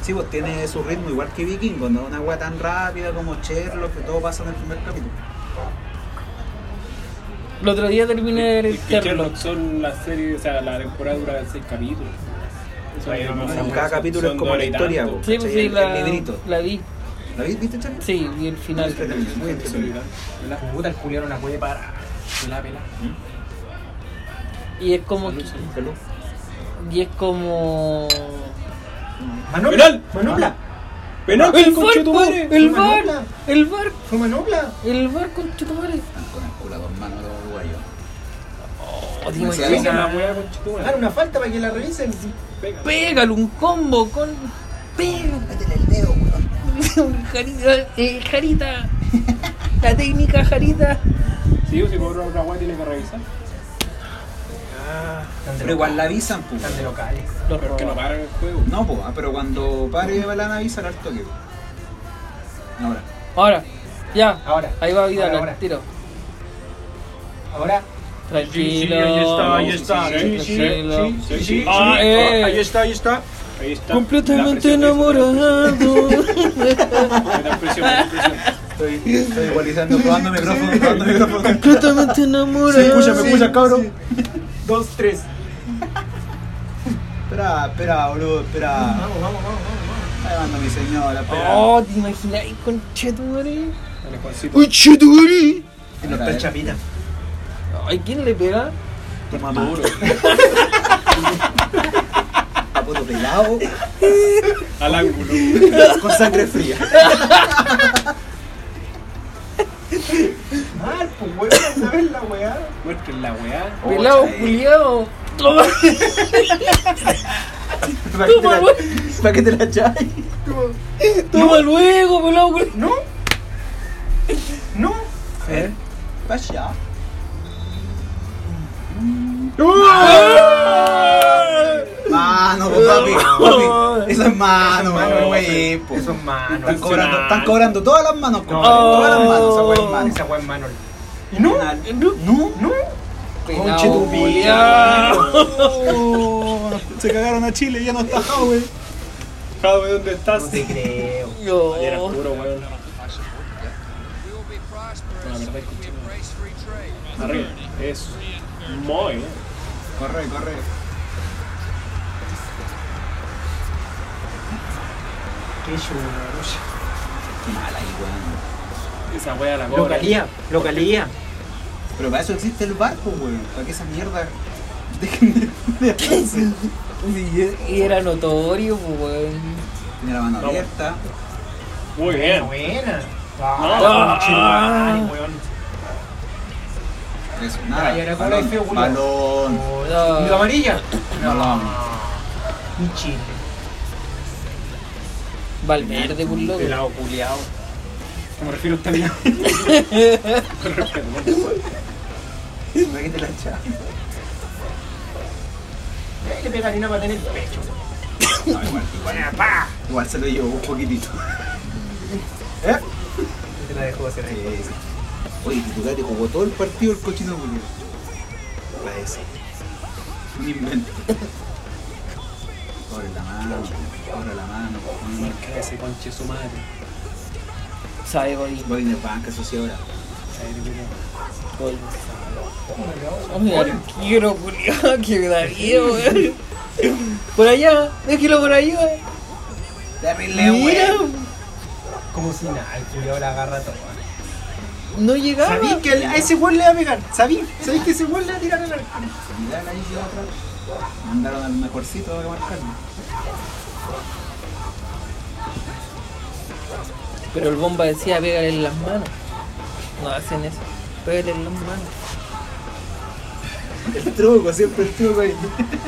B: Sí, pues tiene su ritmo igual que Vikingo, no una weá tan rápida como Sherlock, que todo pasa en el primer capítulo.
D: El otro día terminé de ver
E: Es que
D: Sherlock.
E: Sherlock son las series, o sea, la temporada dura seis capítulos. Eso
H: Oye, no, no,
E: son-
B: En cada
E: son-
B: capítulo es
E: son
B: como
E: dos
B: la
E: horas y tanto.
B: historia, po,
D: Sí,
B: ¿cachai?
D: pues sí,
B: el,
D: la,
B: el librito.
D: la vi.
B: ¿La vi- viste, Sherlock?
D: Sí, vi el final.
B: entretenido, muy entretenido.
H: La puta, el Julián no la puede parar. La pela.
D: Y es como.
B: Salud.
D: Y es como.
H: ¡Manopla! ¡Manopla!
E: ¡Penal!
D: ¡El
E: conche tu
B: pues.
D: bar!
E: madre!
D: ¡El bar! ¡El bar!
H: ¡Fue Manopla!
D: ¡El bar con chutumare!
B: Están con el culo a dos manos los uruguayos.
D: digo,
B: Sí,
D: pega-
B: sí,
E: La weá, conche tu madre.
H: Dar una falta para que la revisen.
E: Pega.
D: ¡Pégale un combo con. ¡Pégale!
B: Métele el dedo, weón.
D: un jarita, eh, jarita. La técnica jarita.
E: Si yo se cobra otra weá, tiene que revisar.
H: Ah, están de
B: Pero igual la
H: locales.
B: avisan, pues.
H: Están de
B: weón.
H: locales.
D: Los
E: Pero es que no
D: robaron.
E: paran el juego.
B: No, pues, ah, pero cuando pare la van a avisar al toque. po. Ahora.
D: Ahora, ya.
H: Ahora.
D: Ahí va Vidal,
H: Ahora,
D: al
H: ahora.
D: tiro.
H: Ahora.
D: Tranquilo.
H: ahí está,
E: Sí, sí,
D: tranquilo.
E: sí, sí, sí.
D: Ah, eh.
H: Ahí está, ahí está.
E: Ahí está.
D: Completamente enamorado.
E: La presión, la presión.
B: Estoy, estoy igualizando, probando micrófono, probando micrófono.
D: Completamente enamorado.
B: cabrón.
H: Dos, tres.
B: Espera, espera, boludo, espera.
H: Vamos, vamos, vamos, vamos.
B: Ahí manda mi señora, espera.
D: Oh, ¿te imagináis con Chetumare?
E: Dale, Juancito.
D: ¡Uy, Chetumare!
B: Y nos está chapita.
D: Ay, ¿quién le pega?
B: Tu mamá. A puto pelado,
E: Al ángulo.
B: con sangre fría.
H: Mal, pues vuelve a ver la weá.
E: Muestren la weá.
H: Oh,
D: Pelado,
B: Ocha, eh.
D: culiado. Toma.
B: ¿Para qué te la, pa' que te la echáis?
D: Toma luego, pelado, culiado.
H: No. No.
B: Pa' allá. Mano, pues, papi, papi. Eso es mano, mano, güey. po.
H: Eso es mano.
B: Están cobrando, están cobrando todas las manos, compadre. Todas las manos, esa weá es mano.
H: Esa weá es mano.
B: ¿Y no? ¿No? ¿No?
D: Conche tu culiao.
B: Se cagaron a Chile, ya no está Howell.
E: Jadwe, ¿dónde estás?
H: No te creo.
D: Yo.
E: Era puro, weón. La verdad, escuché. Arriba. Eso. Muy bien.
B: Corre, corre.
H: Qué chulo.
B: Qué mala ahí, weón.
E: Esa weá la cobra.
H: Localía, localía.
B: Pero para eso existe el barco, weón. Para que esa mierda dejen de- de hacerse.
D: Y era notorio, pues, weón.
B: Tiene la mano
E: Vamos.
B: abierta.
E: Muy bien.
H: Buena.
E: Ah.
H: Ah, weón.
B: Eso, nada.
H: Ya, ya, ya,
B: balón,
H: ya, ya, ya, ya, ya, ya, ya, ya, ya, ya, ya, ya, ya, ya,
B: balón,
D: Ah.
H: ya, ya, ya, ya, ya, ya, Hola. ¿Y la
B: balón.
D: Valverde,
H: amarilla? Un chiste.
D: un loco.
E: Pelado culiado. Me refiero a usted mismo. Con respeto, por favor.
B: ¿Para qué te la echaba?
E: Eh, Le pega harina para tener pecho.
B: No, igual, igual,
E: Buena, pa.
B: igual se lo llevó un poquitito. ¿Eh?
C: Te la dejó hacer ahí.
B: Eh, Oye, Titulari jugó todo el partido el cochino culiao. La S. Un invento. Ahora la mano, ahora la mano.
E: Que ese conche su madre.
D: Sabe, Godín.
B: Va a tener banca socio ahora.
D: Godín. Hombre, arquero, culiao, que me da miedo, weón. Por allá, déjelo por allá.
B: Terrible,
D: Mira,
B: weón.
E: Como si nada, el culiado la agarra todo.
D: no llegaba.
E: Sabí que a ese weón le va a pegar. Sabí, sabí que ese weón le va a tirar al arco.
B: Mirá la isla atrás. Mandaron al mejorcito a marcarlo.
D: Pero el bomba decía, pégale en las manos. No hacen eso. Pégale en las manos.
B: El truco, siempre el truco ahí.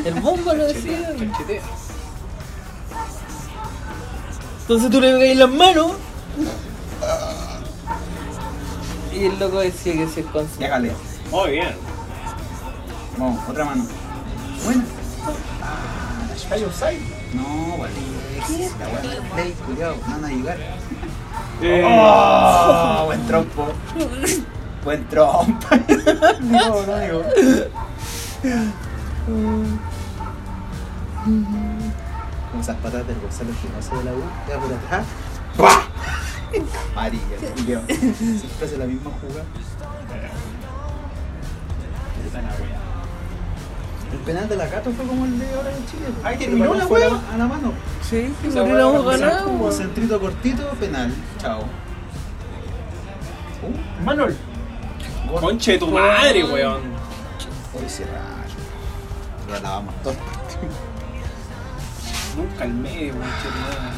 D: El bomba lo decía. Entonces tú le pegáis las manos. Y el loco decía que se
B: Ya
D: consigue.
B: calé.
E: Muy bien.
B: Vamos, otra mano. Buena.
E: Hay offside.
B: No, vale. La weá del play, cuidado, no van a llegar.
E: Eh,
B: ¡Oh! Buen trompo. Buen trompo. no, no digo. Con esas patatas del Gonzalo Ginosa de la U, te da por atrás. ¡Pah! Amarilla, culiao. Siempre hace la misma jugada. El penal de la Cato fue como el de ahora en Chile.
E: Ahí
B: Pero
E: terminó
B: igual
E: la
B: fue
E: wea.
B: A la mano.
D: Sí, que
E: Esa
D: por
E: weá
D: hemos
E: va a pasar
D: ganado.
B: Como centrito cortito, penal. Chao.
E: Manuel. Conche de tu madre, weón.
B: Hoy se rayo. Ya la vamos todo.
E: Nunca al medio, weón. che, madre.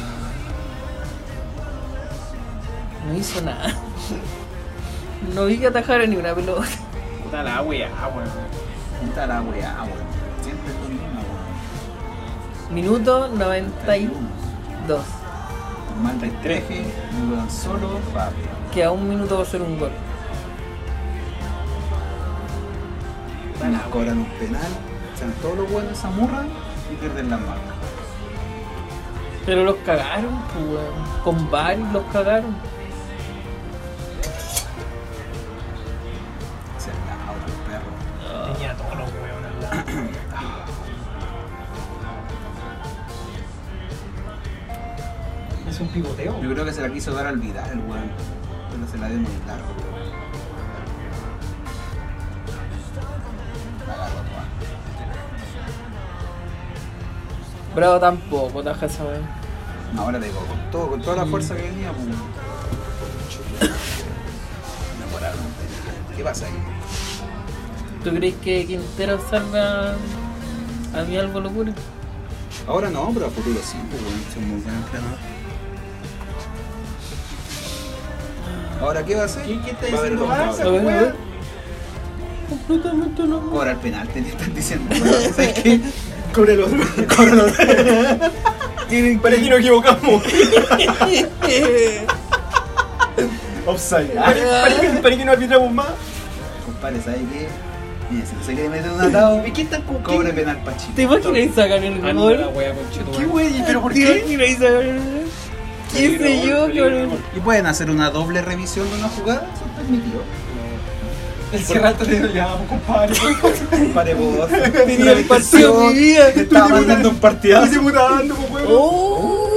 D: No hizo nada. No vi que atajara ni una pelota.
E: Puta la weá, weón.
B: Puta la weá, weón. Siempre con una, weón.
D: Minuto
B: Hay
D: 92.
B: uno. Un mal restreje, un weón solo, papi.
D: Queda un minuto por ser un gol.
B: Nos cobran un penal, sean todos los weones se amurran y pierden las marcas.
D: Pero los cagaron, pues, weón. Con varios los cagaron.
B: Se han cagado los perros.
E: Tenía todos los weón al lado. Es un pivoteo.
B: Yo creo que se la quiso dar al Vidal, el weón. Pero se la dio muy largo, weón. La agarró, weón.
D: Bravo tampoco, taja esa weón.
B: Ahora te digo, con, todo, con toda la fuerza que venía, pues, pum. Me pararon. ¿Qué pasa ahí?
D: ¿Tú crees que Quintero salva a mi algo locura?
B: Ahora no, pero a futuro sí, pues bueno, son muy buenos entrenadores. Ahora, ¿qué va a hacer?
E: ¿Qué- qué está
B: Va a haber
E: diciendo
B: comprado.
E: Barça?
D: A ver, a ver. Completamente no.
B: Cobra el penal, te están diciendo. weón, ¿Sabes qué? Cobra el otro. Cobra el otro.
E: Parece que nos equivocamos.
D: Pero
E: Offside. Parece parece- parece que no arbitramos más.
B: Compadre, ¿sabes qué? Mira, si no se quiere meter un atado,
E: ¿Y qué están con
B: cobra el penal pa' Chile.
D: ¿Te imaginas sacar el
E: Anda Ah, la
D: gol?
E: wea, conche tu
B: ¿Qué
E: madre.
B: wey? ¿Pero por
D: ¿Te
B: qué?
D: imaginas sacar el gol? ¿Qué sé yo, cabrón?
B: ¿Y pueden hacer una doble revisión de una jugada? Eso es permitido.
E: El cerrato le llamo, compadre.
B: Compadre, vos.
D: Tenía el partido de mi vida.
B: Estaba mandando un partidazo.
E: dando, weón.
D: ¡Oh!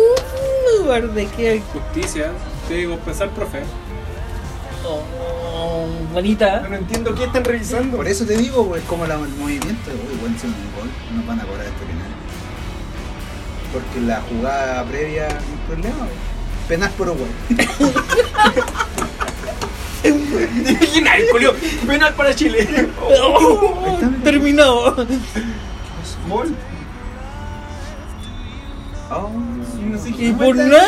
D: Lugar de que.
G: Justicia, te digo, pensar, profe.
D: ¡Oh! Bonita.
E: No entiendo qué están revisando.
B: Por eso te digo, pues, como la- el movimiento, uy, bueno, hicieron un gol, nos van a cobrar este penal. Porque la jugada previa, no hay problema, güey. penal por Uruguay.
E: Imaginario, Julio. Penal para Chile.
D: ¡Oh! Terminado.
E: Gol.
B: Oh,
E: No sé qué.
D: Y por nada.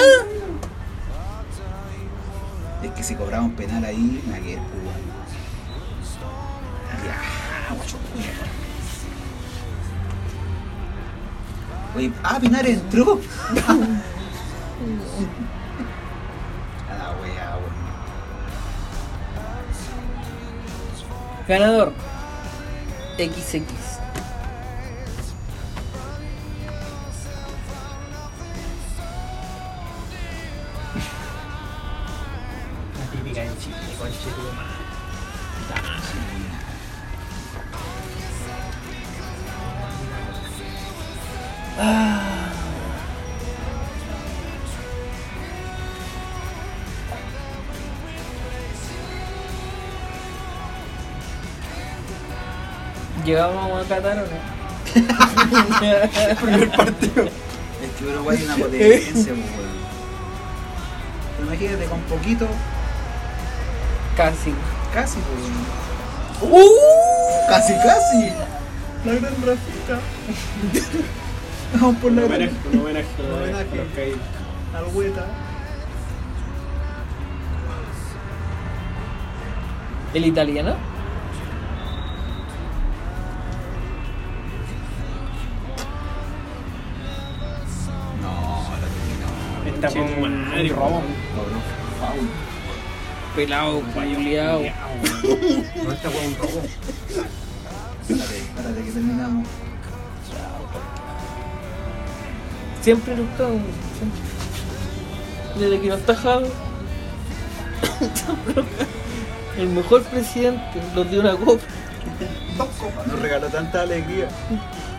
B: es que si cobraba un penal ahí, me quedé Uruguay. Ya, guacho, mierda. Oye, ah, Pinar entró. A la wea, weón.
D: Ganador. XX.
E: La típica en Chile, conche tu madre.
D: Llegamos a Qatar o no?
E: Primer partido.
B: Es que Uruguay es una potencia, pues, weón. Imagínate con poquito,
D: Casi.
B: casi, pues, weón.
D: ¡Uh!
B: Casi, casi. La gran Rafita. Vamos por
G: Un
B: la
G: homenaje,
B: gran
G: un homenaje a los-
B: Homenaje.
G: a los caídos.
B: albueta.
D: ¿El italiano?
B: No, la
E: Esta fue
G: Conche tu
E: un,
G: madre,
E: un robo.
B: cabrón. Faul.
D: Pelado, payuleado.
E: No, esta fue un robo.
B: Espérate, espérate que terminamos.
D: Siempre nos cagan, siempre. Desde que nos tajado. El mejor presidente nos dio una copa.
B: Nos regaló tanta alegría.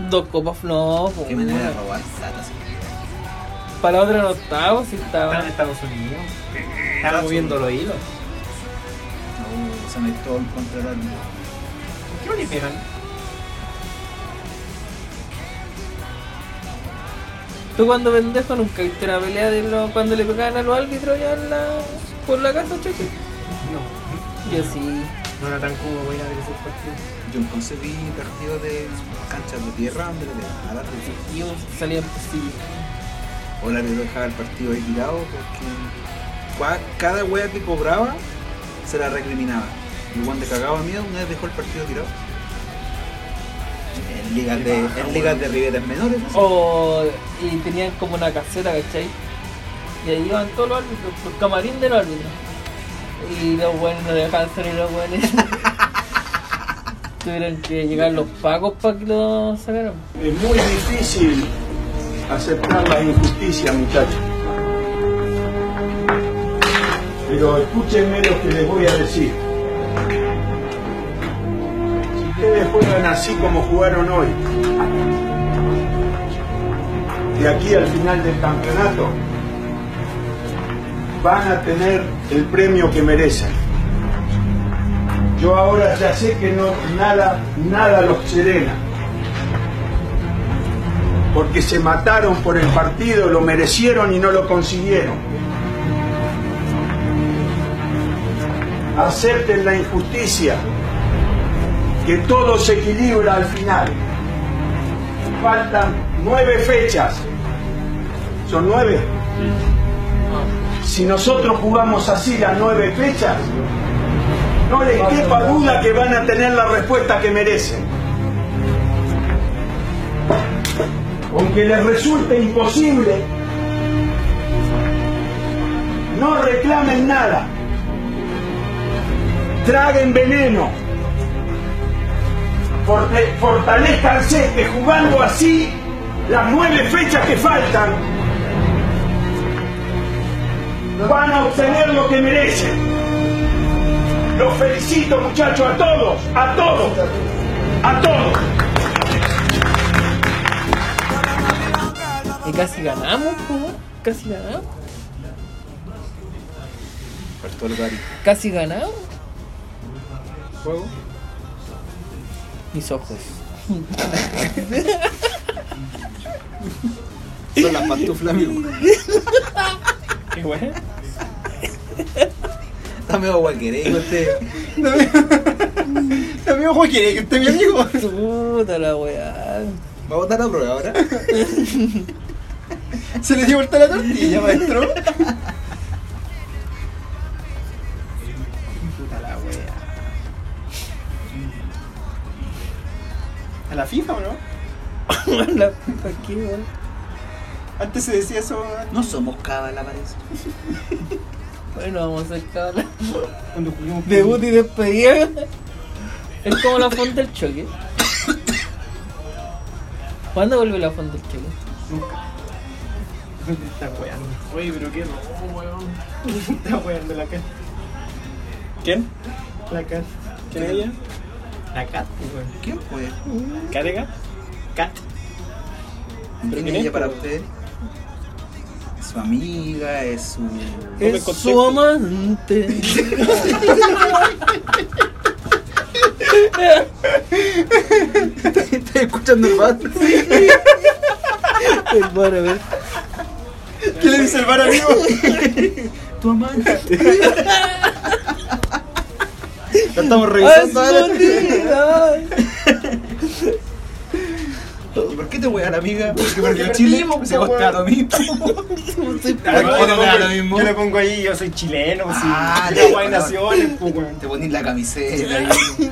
D: Dos copas no, po,
B: Qué manera de robar plata. sí.
D: para la otra no estaba, si
E: Estaba
D: estaba.
E: en Estados Unidos. Estaba moviendo los hilos.
B: No, se metió en contra del árbitro.
E: ¿Por qué no le pegan?
D: Tú cuando pendejo nunca viste una pelea de los- cuando le pegaban a los árbitros ya en la, por la casa, cheque.
E: No.
D: Yo sí.
E: No era tan cómodo ir a ver esos partidos.
B: Yo concebí partidos de canchas de tierra donde le pegaban al árbitro.
D: Y yo salía imposible.
B: O el árbitro dejaba el partido ahí tirado porque cua- cada wea que cobraba se la recriminaba. Y cuando cagaba miedo, una vez dejó el partido tirado. En ligas de, en ligas de riberas menores.
D: Oh.
B: ¿no?
D: O, y tenían como una caseta, ¿cachai? Y ahí iban todos los árbitros, los camarín de los árbitros. Y los buenos no dejaban salir los buenos. Tuvieron que llegar los pagos para que los sacaran.
J: Es muy difícil aceptar la injusticia, muchachos. Pero escúchenme lo que les voy a decir. Si ustedes juegan así como jugaron hoy, de aquí al final del campeonato, van a tener el premio que merecen. Yo ahora ya sé que no, nada, nada los serena porque se mataron por el partido, lo merecieron y no lo consiguieron. Acepten la injusticia, que todo se equilibra al final. Faltan nueve fechas. ¿Son nueve? Si nosotros jugamos así las nueve fechas, no les quepa duda que van a tener la respuesta que merecen. aunque les resulte imposible, no reclamen nada, traguen veneno, Forte- fortalezcanse que jugando así las nueve fechas que faltan, van a obtener lo que merecen. Los felicito muchachos a todos, a todos, a todos.
D: Y casi ganamos, po, casi ganamos,
B: Partió el Gary.
D: casi ganamos. Mis ojos.
C: Son las pantuflas, amigo.
E: Qué bueno.
B: Está medio guaquerejo este.
C: Amigo, ¿cómo quiere que esté mi amigo?
D: Puta la weá.
B: ¿Va a votar a prueba ahora?
C: Se le dio vuelta la tortilla, maestro.
E: Puta la wea.
G: ¿A la FIFA o no?
D: la puta que weón.
H: Antes se decía eso.
B: No somos cábala, parece.
D: Bueno, vamos a hacer cábala.
H: Cuando juguemos
D: Debut y despedida. Es como la fonda del choque. ¿Cuándo vuelve la fonda del choque?
H: Está weando.
E: Oye, pero qué robo, weón.
H: Está weando la cara.
E: ¿Quién?
H: La cara.
E: ¿Quién es ella?
H: La cara.
B: ¿Quién fue?
E: ¿Carega?
H: Cat.
E: ¿Pero
B: ¿Quién
E: quién
B: es
E: es?
B: ella para usted? Es su amiga, es su.
E: me
D: Es su
E: contexto.
D: amante.
B: ¿Estás escuchando el vato?
D: El bar, a ver.
H: ¿Qué le dice el bar amigo?
B: Tu amante.
H: Lo estamos
D: ¡Ah,
H: revisando.
D: escondida!
B: ¿Y por qué te voy a la amiga? Porque
H: perdió
B: perdió Chile.
H: Chile,
B: Se
H: po,
B: va a lo mismo.
H: Ah,
B: Ahora
H: yo
B: no
H: le
B: me da lo
H: pongo-
B: mismo.
H: Yo le pongo ahí, yo soy chileno, pues, sí.
B: Ah, ya,
H: de guay
B: perdón.
H: naciones, pues, weón.
B: Te pones la camiseta. y-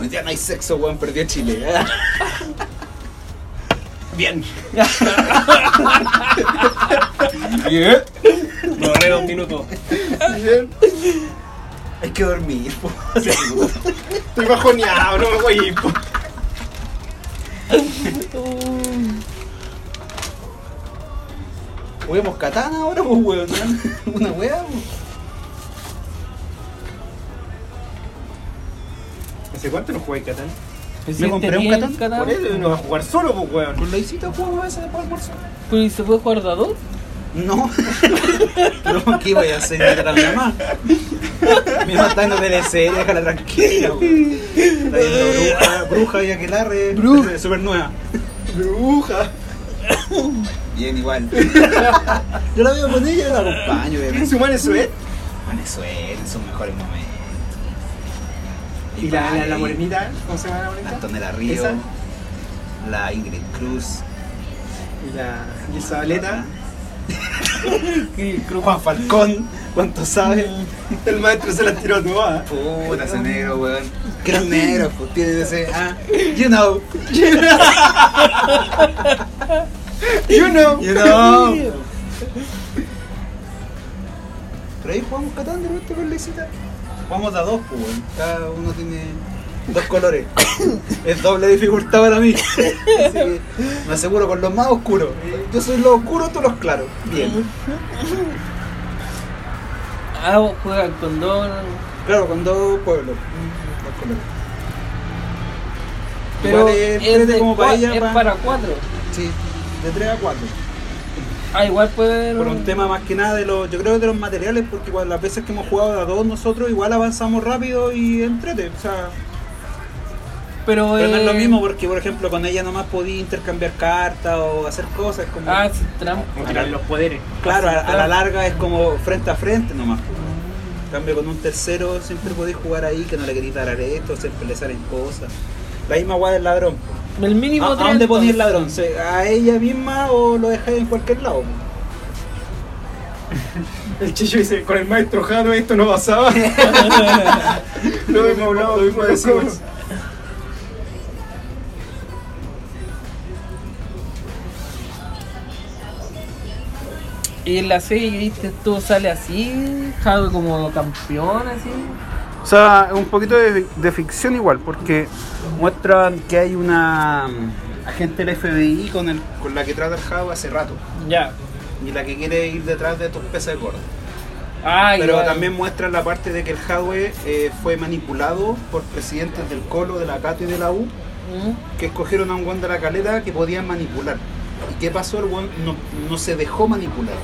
B: Hoy día no hay sexo, weón. Perdió Chile.
H: Bien.
E: Borré dos minutos.
B: Hay que dormir, po.
H: Estoy bajoneado, no me voy a ir, po.
B: Juguemos katana ahora, pues, weón. Una wea, po.
H: ¿Hace cuánto no jugáis Catán?
D: Me
B: compré un catán,
H: Por eso no va a jugar solo, pues, weón.
B: ¿Con la Isita jugamos a veces después del almuerzo?
D: ¿Pero y se fue jugar de a dos?
B: No. Pero, ¿qué voy a hacer? Invitar a mi mamá. Mi mamá está en la DLC, déjala tranquila, weón. Está viendo bruja, bruja y aquelarre. Bruja. Super nueva.
H: Bruja.
B: Bien, igual. Yo la veo con ella, yo la acompaño,
H: ¿Quién
B: obviamente.
H: se humana eso, eh?
B: Venezuela, en sus mejores momentos.
H: Y la, la, la
B: Ibai,
H: morenita, ¿cómo se llama la morenita?
B: Antonella Río.
H: Esa.
B: La Ingrid Cruz.
H: Y la. Y el Zabaleta.
B: Juan Falcón. ¿Cuánto sabe?
H: El maestro se la tiró a todas.
B: Puta, ese negro, weón. Que los negros, pues, tienen ese. Ah, you know.
H: You know.
B: You know. Pero ahí jugamos catán de repente con Lexita. Jugamos de a dos, pues, weón. Cada uno tiene dos colores. es doble dificultad para mí. Así que me aseguro con los más oscuros. Yo soy los oscuros, tú los claros. Bien.
D: Ah, vos juegas con dos.
B: Claro, con dos pueblos. Dos colores.
D: Pero
B: Igual es
D: es,
B: de
D: de
B: como
D: cua-
B: para ella,
D: es
B: pa-
D: para cuatro.
B: Sí, de tres a cuatro.
D: Ah, igual puede haber.
B: Por un tema más que nada de los, yo creo de los materiales, porque igual las veces que hemos jugado de a dos nosotros igual avanzamos rápido y entrete. O sea,
D: Pero,
B: pero no es lo
D: eh,
B: mismo porque por ejemplo con ella nomás podía intercambiar cartas o hacer cosas como
D: Ah, sí, trampa.
H: Como tirar los poderes.
B: claro, a, a la
D: claro.
B: larga es como frente a frente nomás. pues. En cambio con un tercero siempre podéis jugar ahí, que no le queréis dar a esto, siempre le salen cosas. La misma guay del ladrón.
D: El mínimo
B: ¿A, Ah. a
D: tres,
B: dónde ponéis el
D: entonces.
B: ladrón? ¿Se- ¿A ella misma o lo dejáis en cualquier lado?
H: El chicho dice, con el maestro Jano esto no pasaba. lo hemos hablado, lo mismo decimos.
D: Y en la serie que viste tú sale así, Jado como campeón, así.
K: O sea, un poquito de, de ficción igual, porque muestran que hay una mm, agente del FBI con, el, con la que trata el Jao hace rato.
D: Ya.
B: Y la que quiere ir detrás de estos peces gordos.
D: Ah,
B: Pero
D: igual.
B: también muestra la parte de que el Hadwe eh, fue manipulado por presidentes del Colo, de la Cato y de la U,
D: ¿Mm?
B: que escogieron a un guan de la calera que podían manipular. ¿Y qué pasó? El guan no, no se dejó manipular,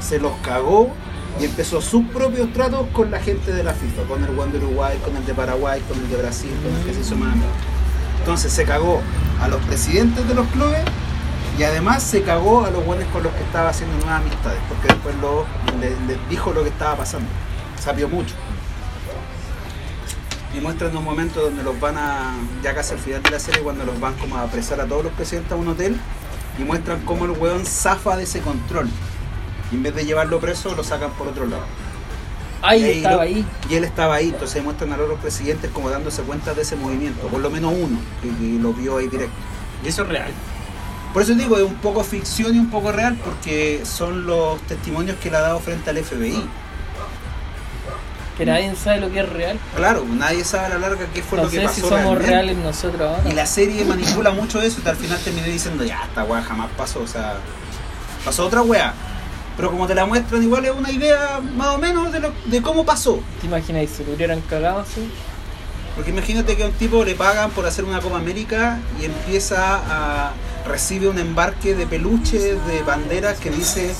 B: se los cagó y empezó sus propios tratos con la gente de la FIFA, con el guan de Uruguay, con el de Paraguay, con el de Brasil, con el que se hizo más amigo. Entonces se cagó a los presidentes de los clubes y además se cagó a los guanes con los que estaba haciendo nuevas amistades, porque después los- le- les, dijo lo que estaba pasando. Sabió mucho. Y muestran un momento donde los van a, ya casi al final de la serie, cuando los van como a apresar a todos los presidentes a un hotel, y muestran cómo el weón zafa de ese control. Y en vez de llevarlo preso, lo sacan por otro lado.
D: Ahí
B: Y ahí
D: estaba
B: lo-
D: ahí.
B: Y él estaba ahí, entonces muestran a los otros presidentes como dándose cuenta de ese movimiento, por lo menos uno, que, que lo vio ahí directo.
E: Y eso es real.
B: Por eso digo, es un poco ficción y un poco real, porque son los testimonios que le ha dado frente al FBI.
D: Que nadie sabe lo que es real.
B: Claro, nadie sabe a la larga qué fue
D: No
B: lo que
D: sé
B: pasó
D: si somos
B: realmente.
D: reales nosotros ahora.
B: Y la serie manipula mucho eso, y al final terminé diciendo, ya, esta weá jamás pasó, o sea, pasó otra weá. Pero como te la muestran, igual es una idea más o menos de, lo- de cómo pasó.
D: ¿Te imagináis si lo hubieran cagado así?
B: Porque imagínate que a un tipo le pagan por hacer una Copa América y empieza a. recibe un embarque de peluches, de banderas que dice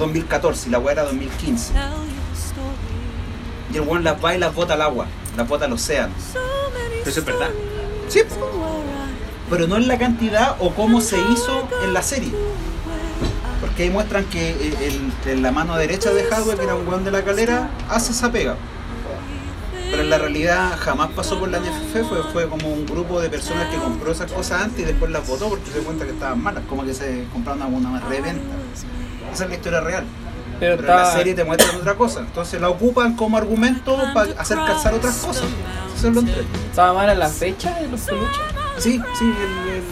B: 2014 y la weá era 2015. Y el weón las va y las bota al agua, las bota al océano.
H: Eso es verdad.
B: Sí, pues, pero no en la cantidad o cómo se hizo en la serie. Porque ahí muestran que el- el- en la mano derecha de Hadwe, que era un weón de la calera, hace esa pega. Pero en la realidad jamás pasó por la NFF, fue, fue como un grupo de personas que compró esas cosas antes y después las votó porque se dio cuenta que estaban malas, como que se compraron alguna reventa. Esa es la historia real.
D: Pero,
B: Pero en la
D: estaba,
B: serie te muestran otra cosa, entonces la ocupan como argumento para hacer calzar otras cosas. Eso es lo entre-
D: estaba mala la fecha de los peluches.
B: Sí, sí,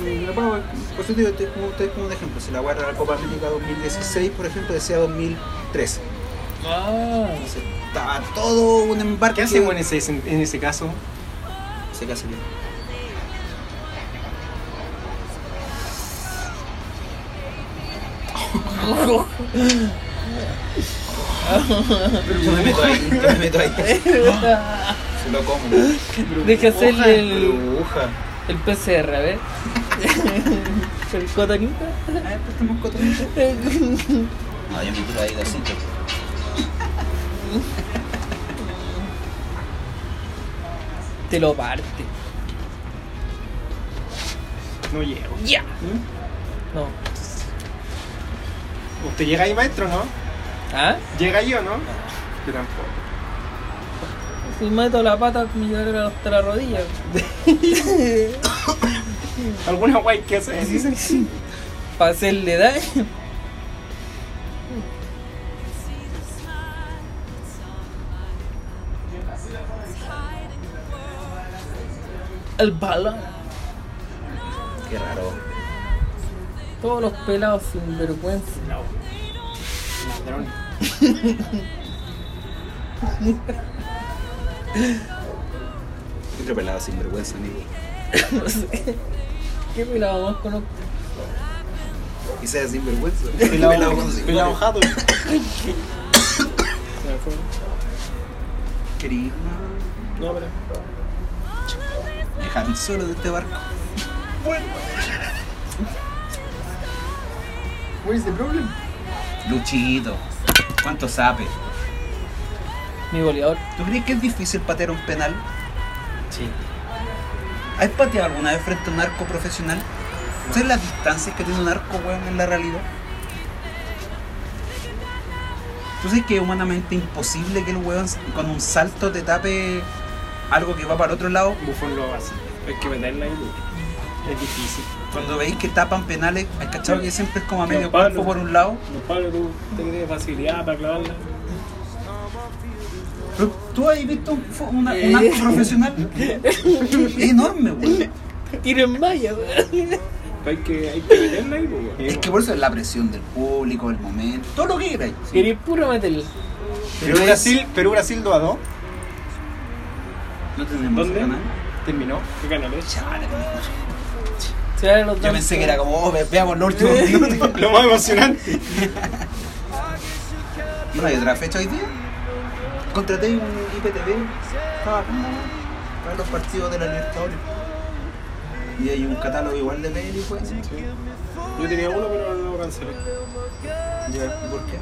B: el, el, la pava, por eso digo, te- como ustedes como un ejemplo, si la guarda la Copa América 2016, por ejemplo, decía 2013.
D: Ah,
B: Entonces, estaba todo un embarque.
E: ¿Qué hacemos en ese, en ese caso?
B: Se casi bien. Yo me meto ahí, yo me meto ahí. Se lo como.
D: deja hacerle el,
B: Burbuja.
D: el PCR, a ver. el cotonita.
B: A ver, préstame un cotonete. No, yo me tiro ahí dosito.
D: Te lo parte.
E: No llego.
D: No.
E: Usted llega ahí, maestro, ¿no?
D: ¿Ah?
E: Llega yo, ¿no? Yo tampoco.
D: Si meto la pata, me llegará hasta la rodilla.
E: ¿Alguna guay que hace?
D: Para hacerle daño. El balón.
B: Qué raro.
D: Todos los pelados sin vergüenza.
B: Entre pelado sin vergüenza, amigo.
D: ¿Qué pelado más conozco?
B: Y sea sin vergüenza.
E: Pelado, pelado jato.
B: Querido.
E: No, pero.
B: Dejarme solo de este barco.
E: What is the problem?
B: Luchito. ¿Cuánto sabe?
D: Mi goleador.
B: ¿Tú crees que es difícil patear un penal?
E: Sí.
B: ¿Has pateado alguna vez frente a un arco profesional? ¿Sabes las distancias que tiene un arco, weón, en la realidad? ¿Tú sabes que es humanamente imposible que el weón con un salto te tape algo que va para el otro lado?
E: Bufón lo hace. Hay que meterla ahí. Es difícil.
B: Cuando veis que tapan penales, ¿has cachado que siempre es como a
E: Pero
B: medio
E: Pablo-
B: cuerpo por un lado?
E: No, Pablo, tú te crees facilidad para clavarla.
B: Pero, ¿Tú has visto un, fo- una- un arco profesional? Es enorme, weón.
D: Tiro en malla, weón.
E: Pero hay que, hay que meterla ahí, pues, güey.
B: Es que por eso es la presión del público, el momento, todo lo que queráis.
D: Queréis puro meterle.
E: Perú Brasil, Perú Brasil 2 a 2.
B: No tenemos
E: ¿Dónde?
B: canal.
E: Terminó. ¿Qué canal es?
B: Chale, pendejo.
D: Se dan los
B: Yo
D: dos.
B: pensé que era como, oh, ve- veamos los últimos minutos.
E: Lo más emocionante.
B: ¿No hay otra fecha hoy día? Contraté un IPTV. Estaba acá, Para los partidos de la Libertadores. Y hay un catálogo igual de peli, pues.
E: Yo tenía uno, pero lo cancelé.
B: Ya, ¿por qué?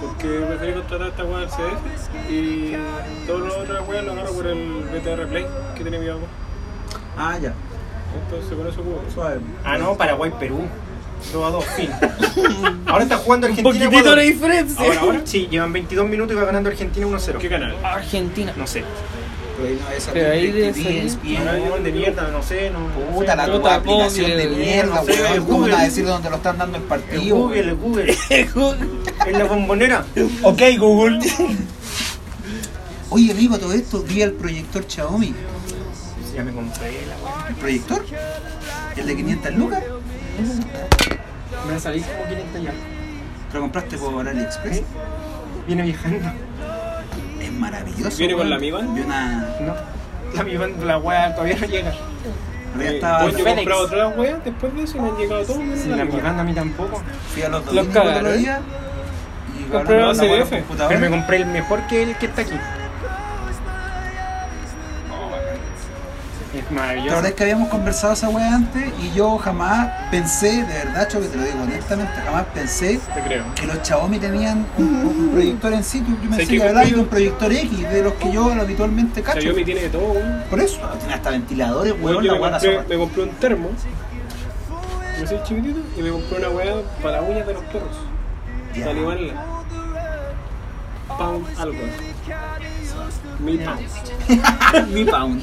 E: Porque preferí contratar esta weá del CDF y todos los otros weas lo agarro por el BTR Play que tiene mi papá.
B: Ah, ya.
E: Entonces con eso cubo.
B: Suave.
E: Ah no, Paraguay Perú. 2 a 2, fin. ahora está jugando
D: Un
E: Argentina.
D: poquitito
E: Ecuador.
D: la diferencia.
E: Ahora, ahora.
H: Sí, llevan 22 minutos y va ganando Argentina 1-0.
E: ¿Qué canal?
D: Argentina.
H: No sé.
B: Pero ahí no es
D: Pero ahí debe salir.
H: Canal de mierda, no sé, no. no
B: Puta,
H: sé.
B: la
D: Yo
B: tu
D: tampoco,
B: aplicación de
D: yo-
B: mierda,
H: no sé,
B: weón.
H: el
B: ¿Cómo te vas a
H: Google.
B: decir dónde lo están dando el
H: El
B: partido?
H: Google, el Google. en la bombonera.
B: Ok, Google. Oye, arriba todo esto, vi el proyector Xiaomi.
H: Ya me compré la
B: ¿El proyector? ¿El de 500 lucas?
L: Me salí como 500 ya.
B: ¿Lo compraste por AliExpress?
L: Viene viajando.
B: Es maravilloso.
E: ¿Viene con
B: weón.
E: la Mi Band?
B: Vi una.
L: No. La mi banda, la weá todavía no llega.
B: Ya estaba.
E: Pues yo he
L: Félix.
E: comprado otras weas después de eso y me han llegado todos menos
L: Si
E: la
L: la
E: Mi
L: mi
E: Band.
L: banda a mí tampoco.
B: Fui a los
D: Los
B: domingos el otro
D: cagaron.
B: día. Y
D: Compraron
B: hablando con la
D: CDF.
B: buena computadora.
L: Pero me compré el mejor que el que está aquí. Es
B: La verdad
L: maravilloso.
B: es que habíamos conversado esa wea antes y yo jamás pensé, de verdad, yo que te lo digo honestamente, jamás pensé
E: Te creo.
B: que los Xiaomi tenían un, un proyector en sí. Yo pensé
E: ¿Sabes
B: que
E: qué?
B: hablaba de un proyector X, de los que yo habitualmente cacho.
E: Xiaomi tiene de todo, weón.
B: Por eso, Ah, tiene hasta ventiladores,
E: Weón,
B: weón,
E: yo
B: la
E: me
B: wea la
E: compré,
B: zorra.
E: me compré un termo. Yo soy chiquitito y me compré una wea para las uñas de los perros.
B: Ya.
E: Para limarla. Pound algo. Mil pounds.
B: Mi pound.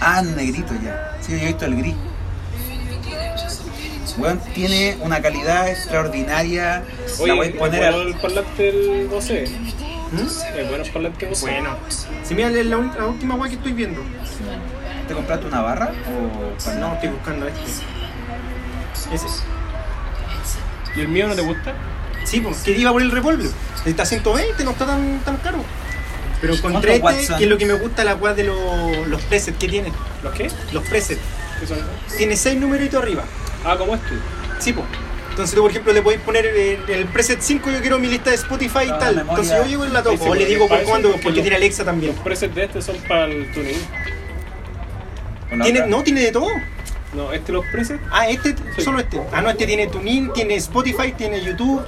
B: Ah, negrito ya. Sí, yo he visto el gris. Weón, tiene una calidad extraordinaria. la voy a poner
E: ¿es bueno
B: al... ¿Mm?
E: el parlante del 12. Es bueno el parlante 12.
L: Bueno.
H: Si mira, es la, ul- la última weá que estoy viendo.
B: ¿Te compraste una barra? O pues, para
H: No, estoy buscando este. Ese.
E: ¿Y el mío no te gusta?
H: Sí, porque iba por el revólver. Está a 120, no está tan, tan caro. Pero encontré
B: ¿Cuántos
H: este,
B: watts
H: que
B: son?
H: es lo que me gusta la weá de los- los presets que tiene.
E: ¿Los qué?
H: Los presets.
E: ¿Qué son?
H: Tiene 6 numeritos arriba.
E: Ah, como este.
H: Sí, po. Entonces tú, por ejemplo, le podéis poner el, el preset 5, yo quiero mi lista de Spotify y
B: Ah,
H: tal.
B: la memoria.
H: Entonces yo llego y la
E: Sí,
H: toco.
E: sí,
H: o le
E: porque
H: digo por
E: parece
H: cuándo,
E: que
H: porque
E: lo-
H: tiene Alexa también.
E: Los presets de este son para el tuning.
B: con la
H: Tiene,
B: otra.
H: no, tiene de todo.
E: No, este los presets.
H: Ah, este,
E: Sí.
H: solo este. Ah, no, este tiene TuneIn, tiene Spotify, tiene YouTube,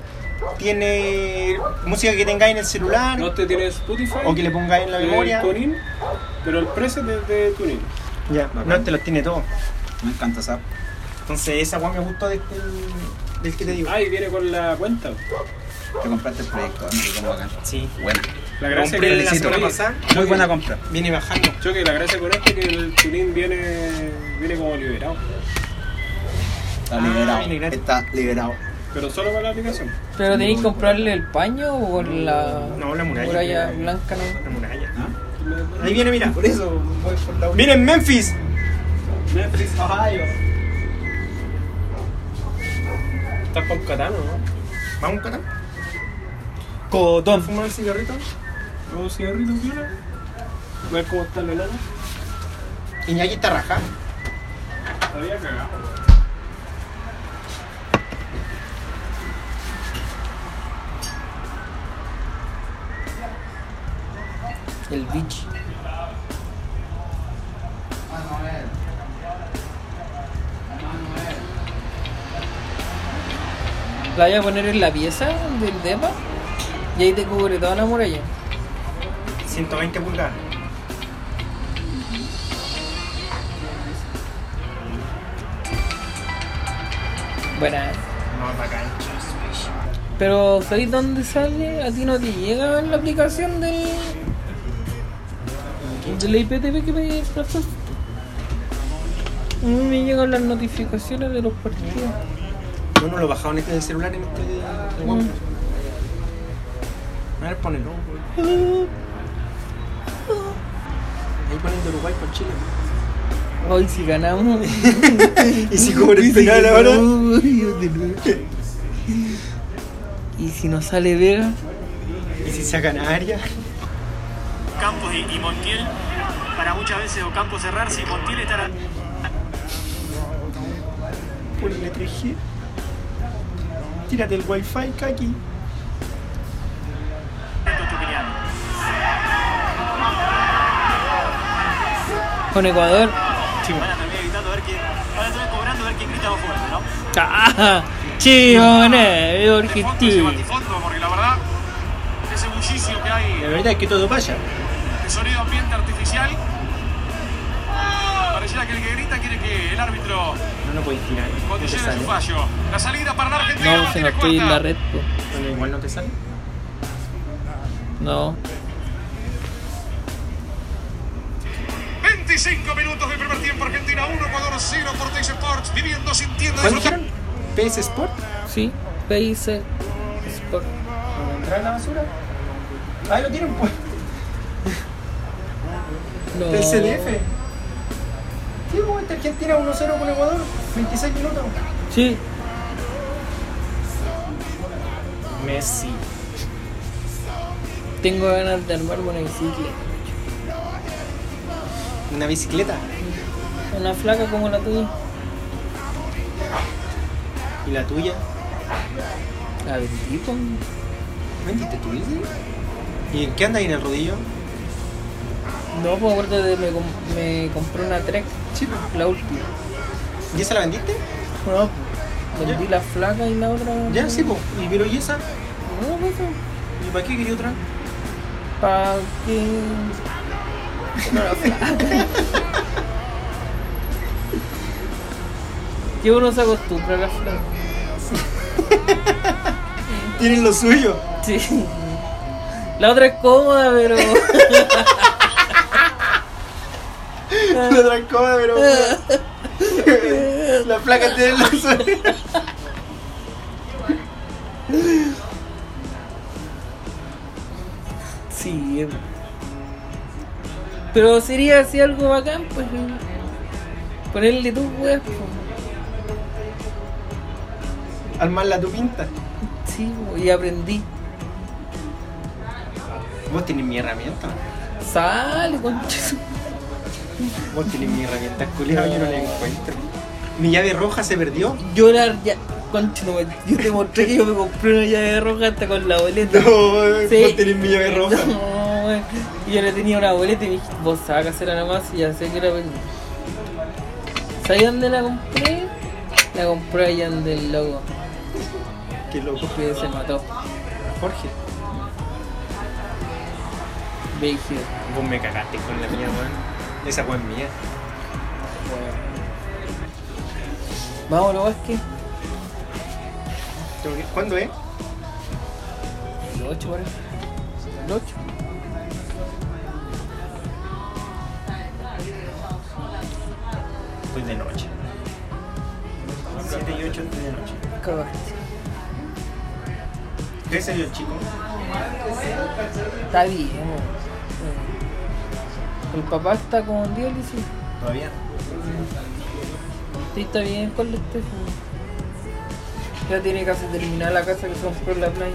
H: tiene música que tengáis en el celular
E: No te tiene Spotify.
H: o que le pongáis en la
E: tiene
H: memoria.
E: Tuning, pero el preset es de tuning.
H: Ya, no, este los tiene todo.
B: Me encanta esa.
H: Entonces esa weá me gustó de este- del que te digo.
E: Ah, y viene con la cuenta.
B: Te compraste el proyecto, amigo, cómo bacán.
H: Sí.
B: Buena.
E: La gracia
H: Compré
E: que
H: la
B: felicito.
H: semana pasada,
B: Muy buena compra.
H: viene bajando.
E: Yo que la gracia con este es que el tuning viene, viene como liberado.
B: Está
H: Ah,
B: liberado.
H: viene gratis.
B: Está liberado.
E: Pero solo para la aplicación.
D: Pero tenéis que comprarle el paño o la
H: No, la muralla.
D: muralla blanca, ¿no?
H: La muralla.
B: ¿Ah?
H: Ahí viene, mira.
B: Por eso, voy por la
H: Miren Memphis.
E: Netflix Ohio. Estás con Catano, ¿no?
H: Vamos, Cata. Codón. ¿Fumar el cigarrito?
E: ¿Luego cigarrito, viola? ¿Ves cómo está el enano?
H: Iñaki está raja.
E: Había cagado.
D: El beach. La voy a poner en la pieza del depa y ahí te cubre toda la muralla.
H: 120 pulgadas.
D: Buena. ¿eh?
H: No, es bacán.
D: Pero ¿sabéis dónde sale? A ti no te llega en la aplicación del. del IPTV que me desplazaste. No me llegan las notificaciones de los partidos.
H: Yo no lo bajaba en este celular en este. A ver, ponelo. Ahí ponen de Uruguay por Chile.
D: Hoy si ganamos.
H: Y si cobra el penal ahora.
D: y si no sale Vega.
H: Y si sacan a Aria.
M: Campos y, y Montiel para muchas veces o Campos cerrarse y Montiel estar
H: Ponle 3G. Tírate el wifi, Kaki.
M: atento a Tupiniano.
D: Con Ecuador.
M: Van a terminar gritando a ver quién. Van a terminar cobrando a ver quién grita más fuerte, ¿no?
D: ¡Ah! Chivone, de
M: De fondo ese
D: Orquistí.
M: batifondo, porque la verdad, ese bullicio que hay,
H: verdad es que todo vaya.
M: de sonido ambiente artificial. Pareciera que el que grita quiere que el árbitro
H: No lo podéis tirar. No te
M: condicione su
H: sale.
M: fallo. La salida para la Argentina.
D: No, se me
M: Martínez
D: estoy en
M: corta.
D: la red. po.
H: Bueno, igual no te sale.
D: No.
M: 25 minutos del primer tiempo, Argentina 1, Ecuador 0, Cortex Sports, viviendo, sintiendo,
H: ¿Cuál
M: disfrutando.
H: dijeron? PS Sport.
D: Sí. PIC. Sport.
H: ¿No entra en la basura? Ahí lo tienen, pues.
D: No.
H: PSDF. Sí, pues, esta Argentina 1-0 con Ecuador, 26 minutos.
D: Sí.
H: Messi.
D: Tengo ganas de armar una bicicleta.
H: Una bicicleta.
D: Una flaca como la tuya.
H: ¿Y la tuya?
D: La bendito.
H: ¿Vendiste tu bici? ¿Y en qué andas ahí en el rodillo?
D: No, pues acuérdate, me, com- me compré una Trek. La última.
H: ¿Y esa la vendiste?
D: No, pues, vendí la flaca y la otra.
H: Ya, sí, pues. ¿Y pero y esa?
D: No, pues,
H: ¿Y para qué quería otra?
D: para que. No, la flaca. Que uno se acostumbra a la flaca.
H: Tienen lo suyo.
D: Sí. La otra es cómoda, pero.
H: La otra cosa, pero. la placa tiene lo suyo.
D: Sí. Pero sería así algo bacán, pues. Ponerle tus weas, pues.
H: Armarla tu pinta.
D: Sí, y aprendí.
H: Vos tenés mi herramienta.
D: Sale, concha. su-
H: Vos tenés mi herramienta, culiao, yo no la encuentro. Mi llave roja se perdió.
D: Yo la. Ya, concha, no, yo te mostré que yo me compré una llave roja hasta con la boleta.
H: vos tenés mi llave roja.
D: No, wey. Y yo le tenía una boleta y me dijiste, vos sabés que hacerla nada más y ya sé que era perdida. ¿Sabes dónde la compré? La compré allá en el loco,
H: Qué loco.
D: que se mató.
H: Jorge.
D: Brígido.
H: Vos me cagaste con la mía, weón. Esa weón es mía.
D: Vamos, lo que
H: Tengo que- ¿Cuándo es?
D: El 8 parece. El 8.
H: Estoy de noche. 7 y 8 estoy de noche.
D: Cagaste.
H: ¿Qué serio, chico?
D: Está bien, weón. El papá está con Dios, dice.
H: Todavía.
D: Sí, está bien con los tefos. Ya tiene casi terminada la casa que se compró en la playa.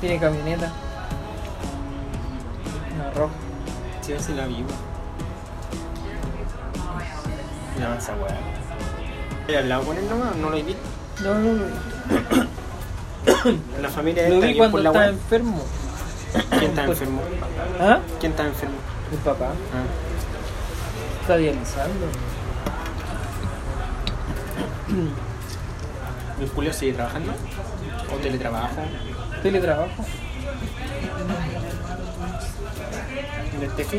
D: Tiene camioneta. Una roja.
H: Sí, hace la viva. La mansa weón. ¿He hablado con él nomás? ¿No lo he visto?
D: No, no, no.
H: La familia
D: Lo
H: está
D: vi
H: bien
D: cuando
H: por la
D: estaba
H: weá.
D: enfermo.
H: ¿Quién está enfermo?
D: ¿Ah?
H: ¿Quién está enfermo?
D: Mi papá.
H: Ah.
D: Está dializando.
H: ¿El Julio sigue trabajando? ¿O teletrabajo?
D: Teletrabajo.
H: ¿El Estefi?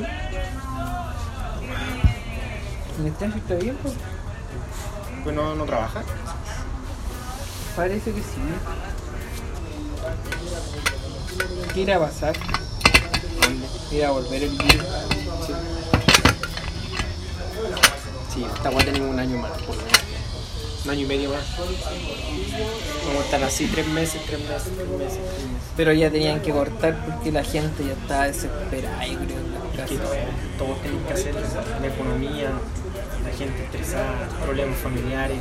D: ¿Me está está bien? pues?
H: Pues no, no trabaja.
D: Parece que sí. ¿Qué irá a pasar? Ir a volver el virus.
H: Sí, esta weá tenemos un año más, por lo menos. Un año y medio más. Vamos a estar así tres meses, tres meses, tres meses, tres meses.
D: Pero ya tenían que cortar porque la gente ya estaba desesperada, yo creo, en las casas.
H: Que todo- todos tenemos que hacer la economía, la gente estresada, problemas familiares.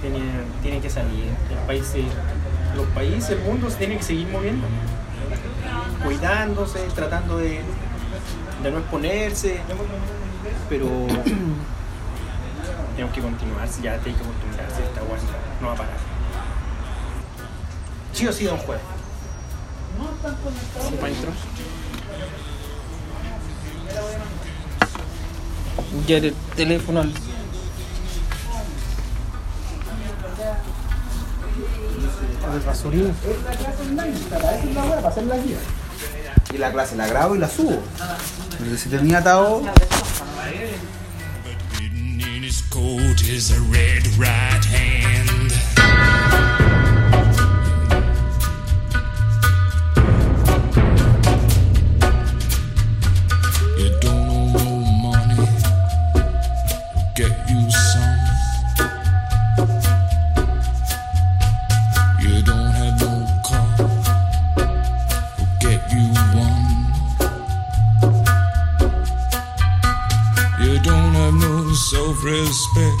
H: Tienen, tienen que salir. El país se- los países, el mundo se tiene que seguir moviendo. Cuidándose, tratando de, de no exponerse. Pero tenemos que continuar, si ya tiene que acostumbrarse, esta guay no va a parar. Sí o sí, don juez. ¿Sí, maestro?
D: Ya el teléfono al-
B: Y la clase la grabo y la subo. Porque si tenía atado,
N: Written in his coat is a red right hand. You don't owe no money, get you some. You don't have no car, get you one. self-respect.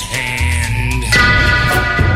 N: hand.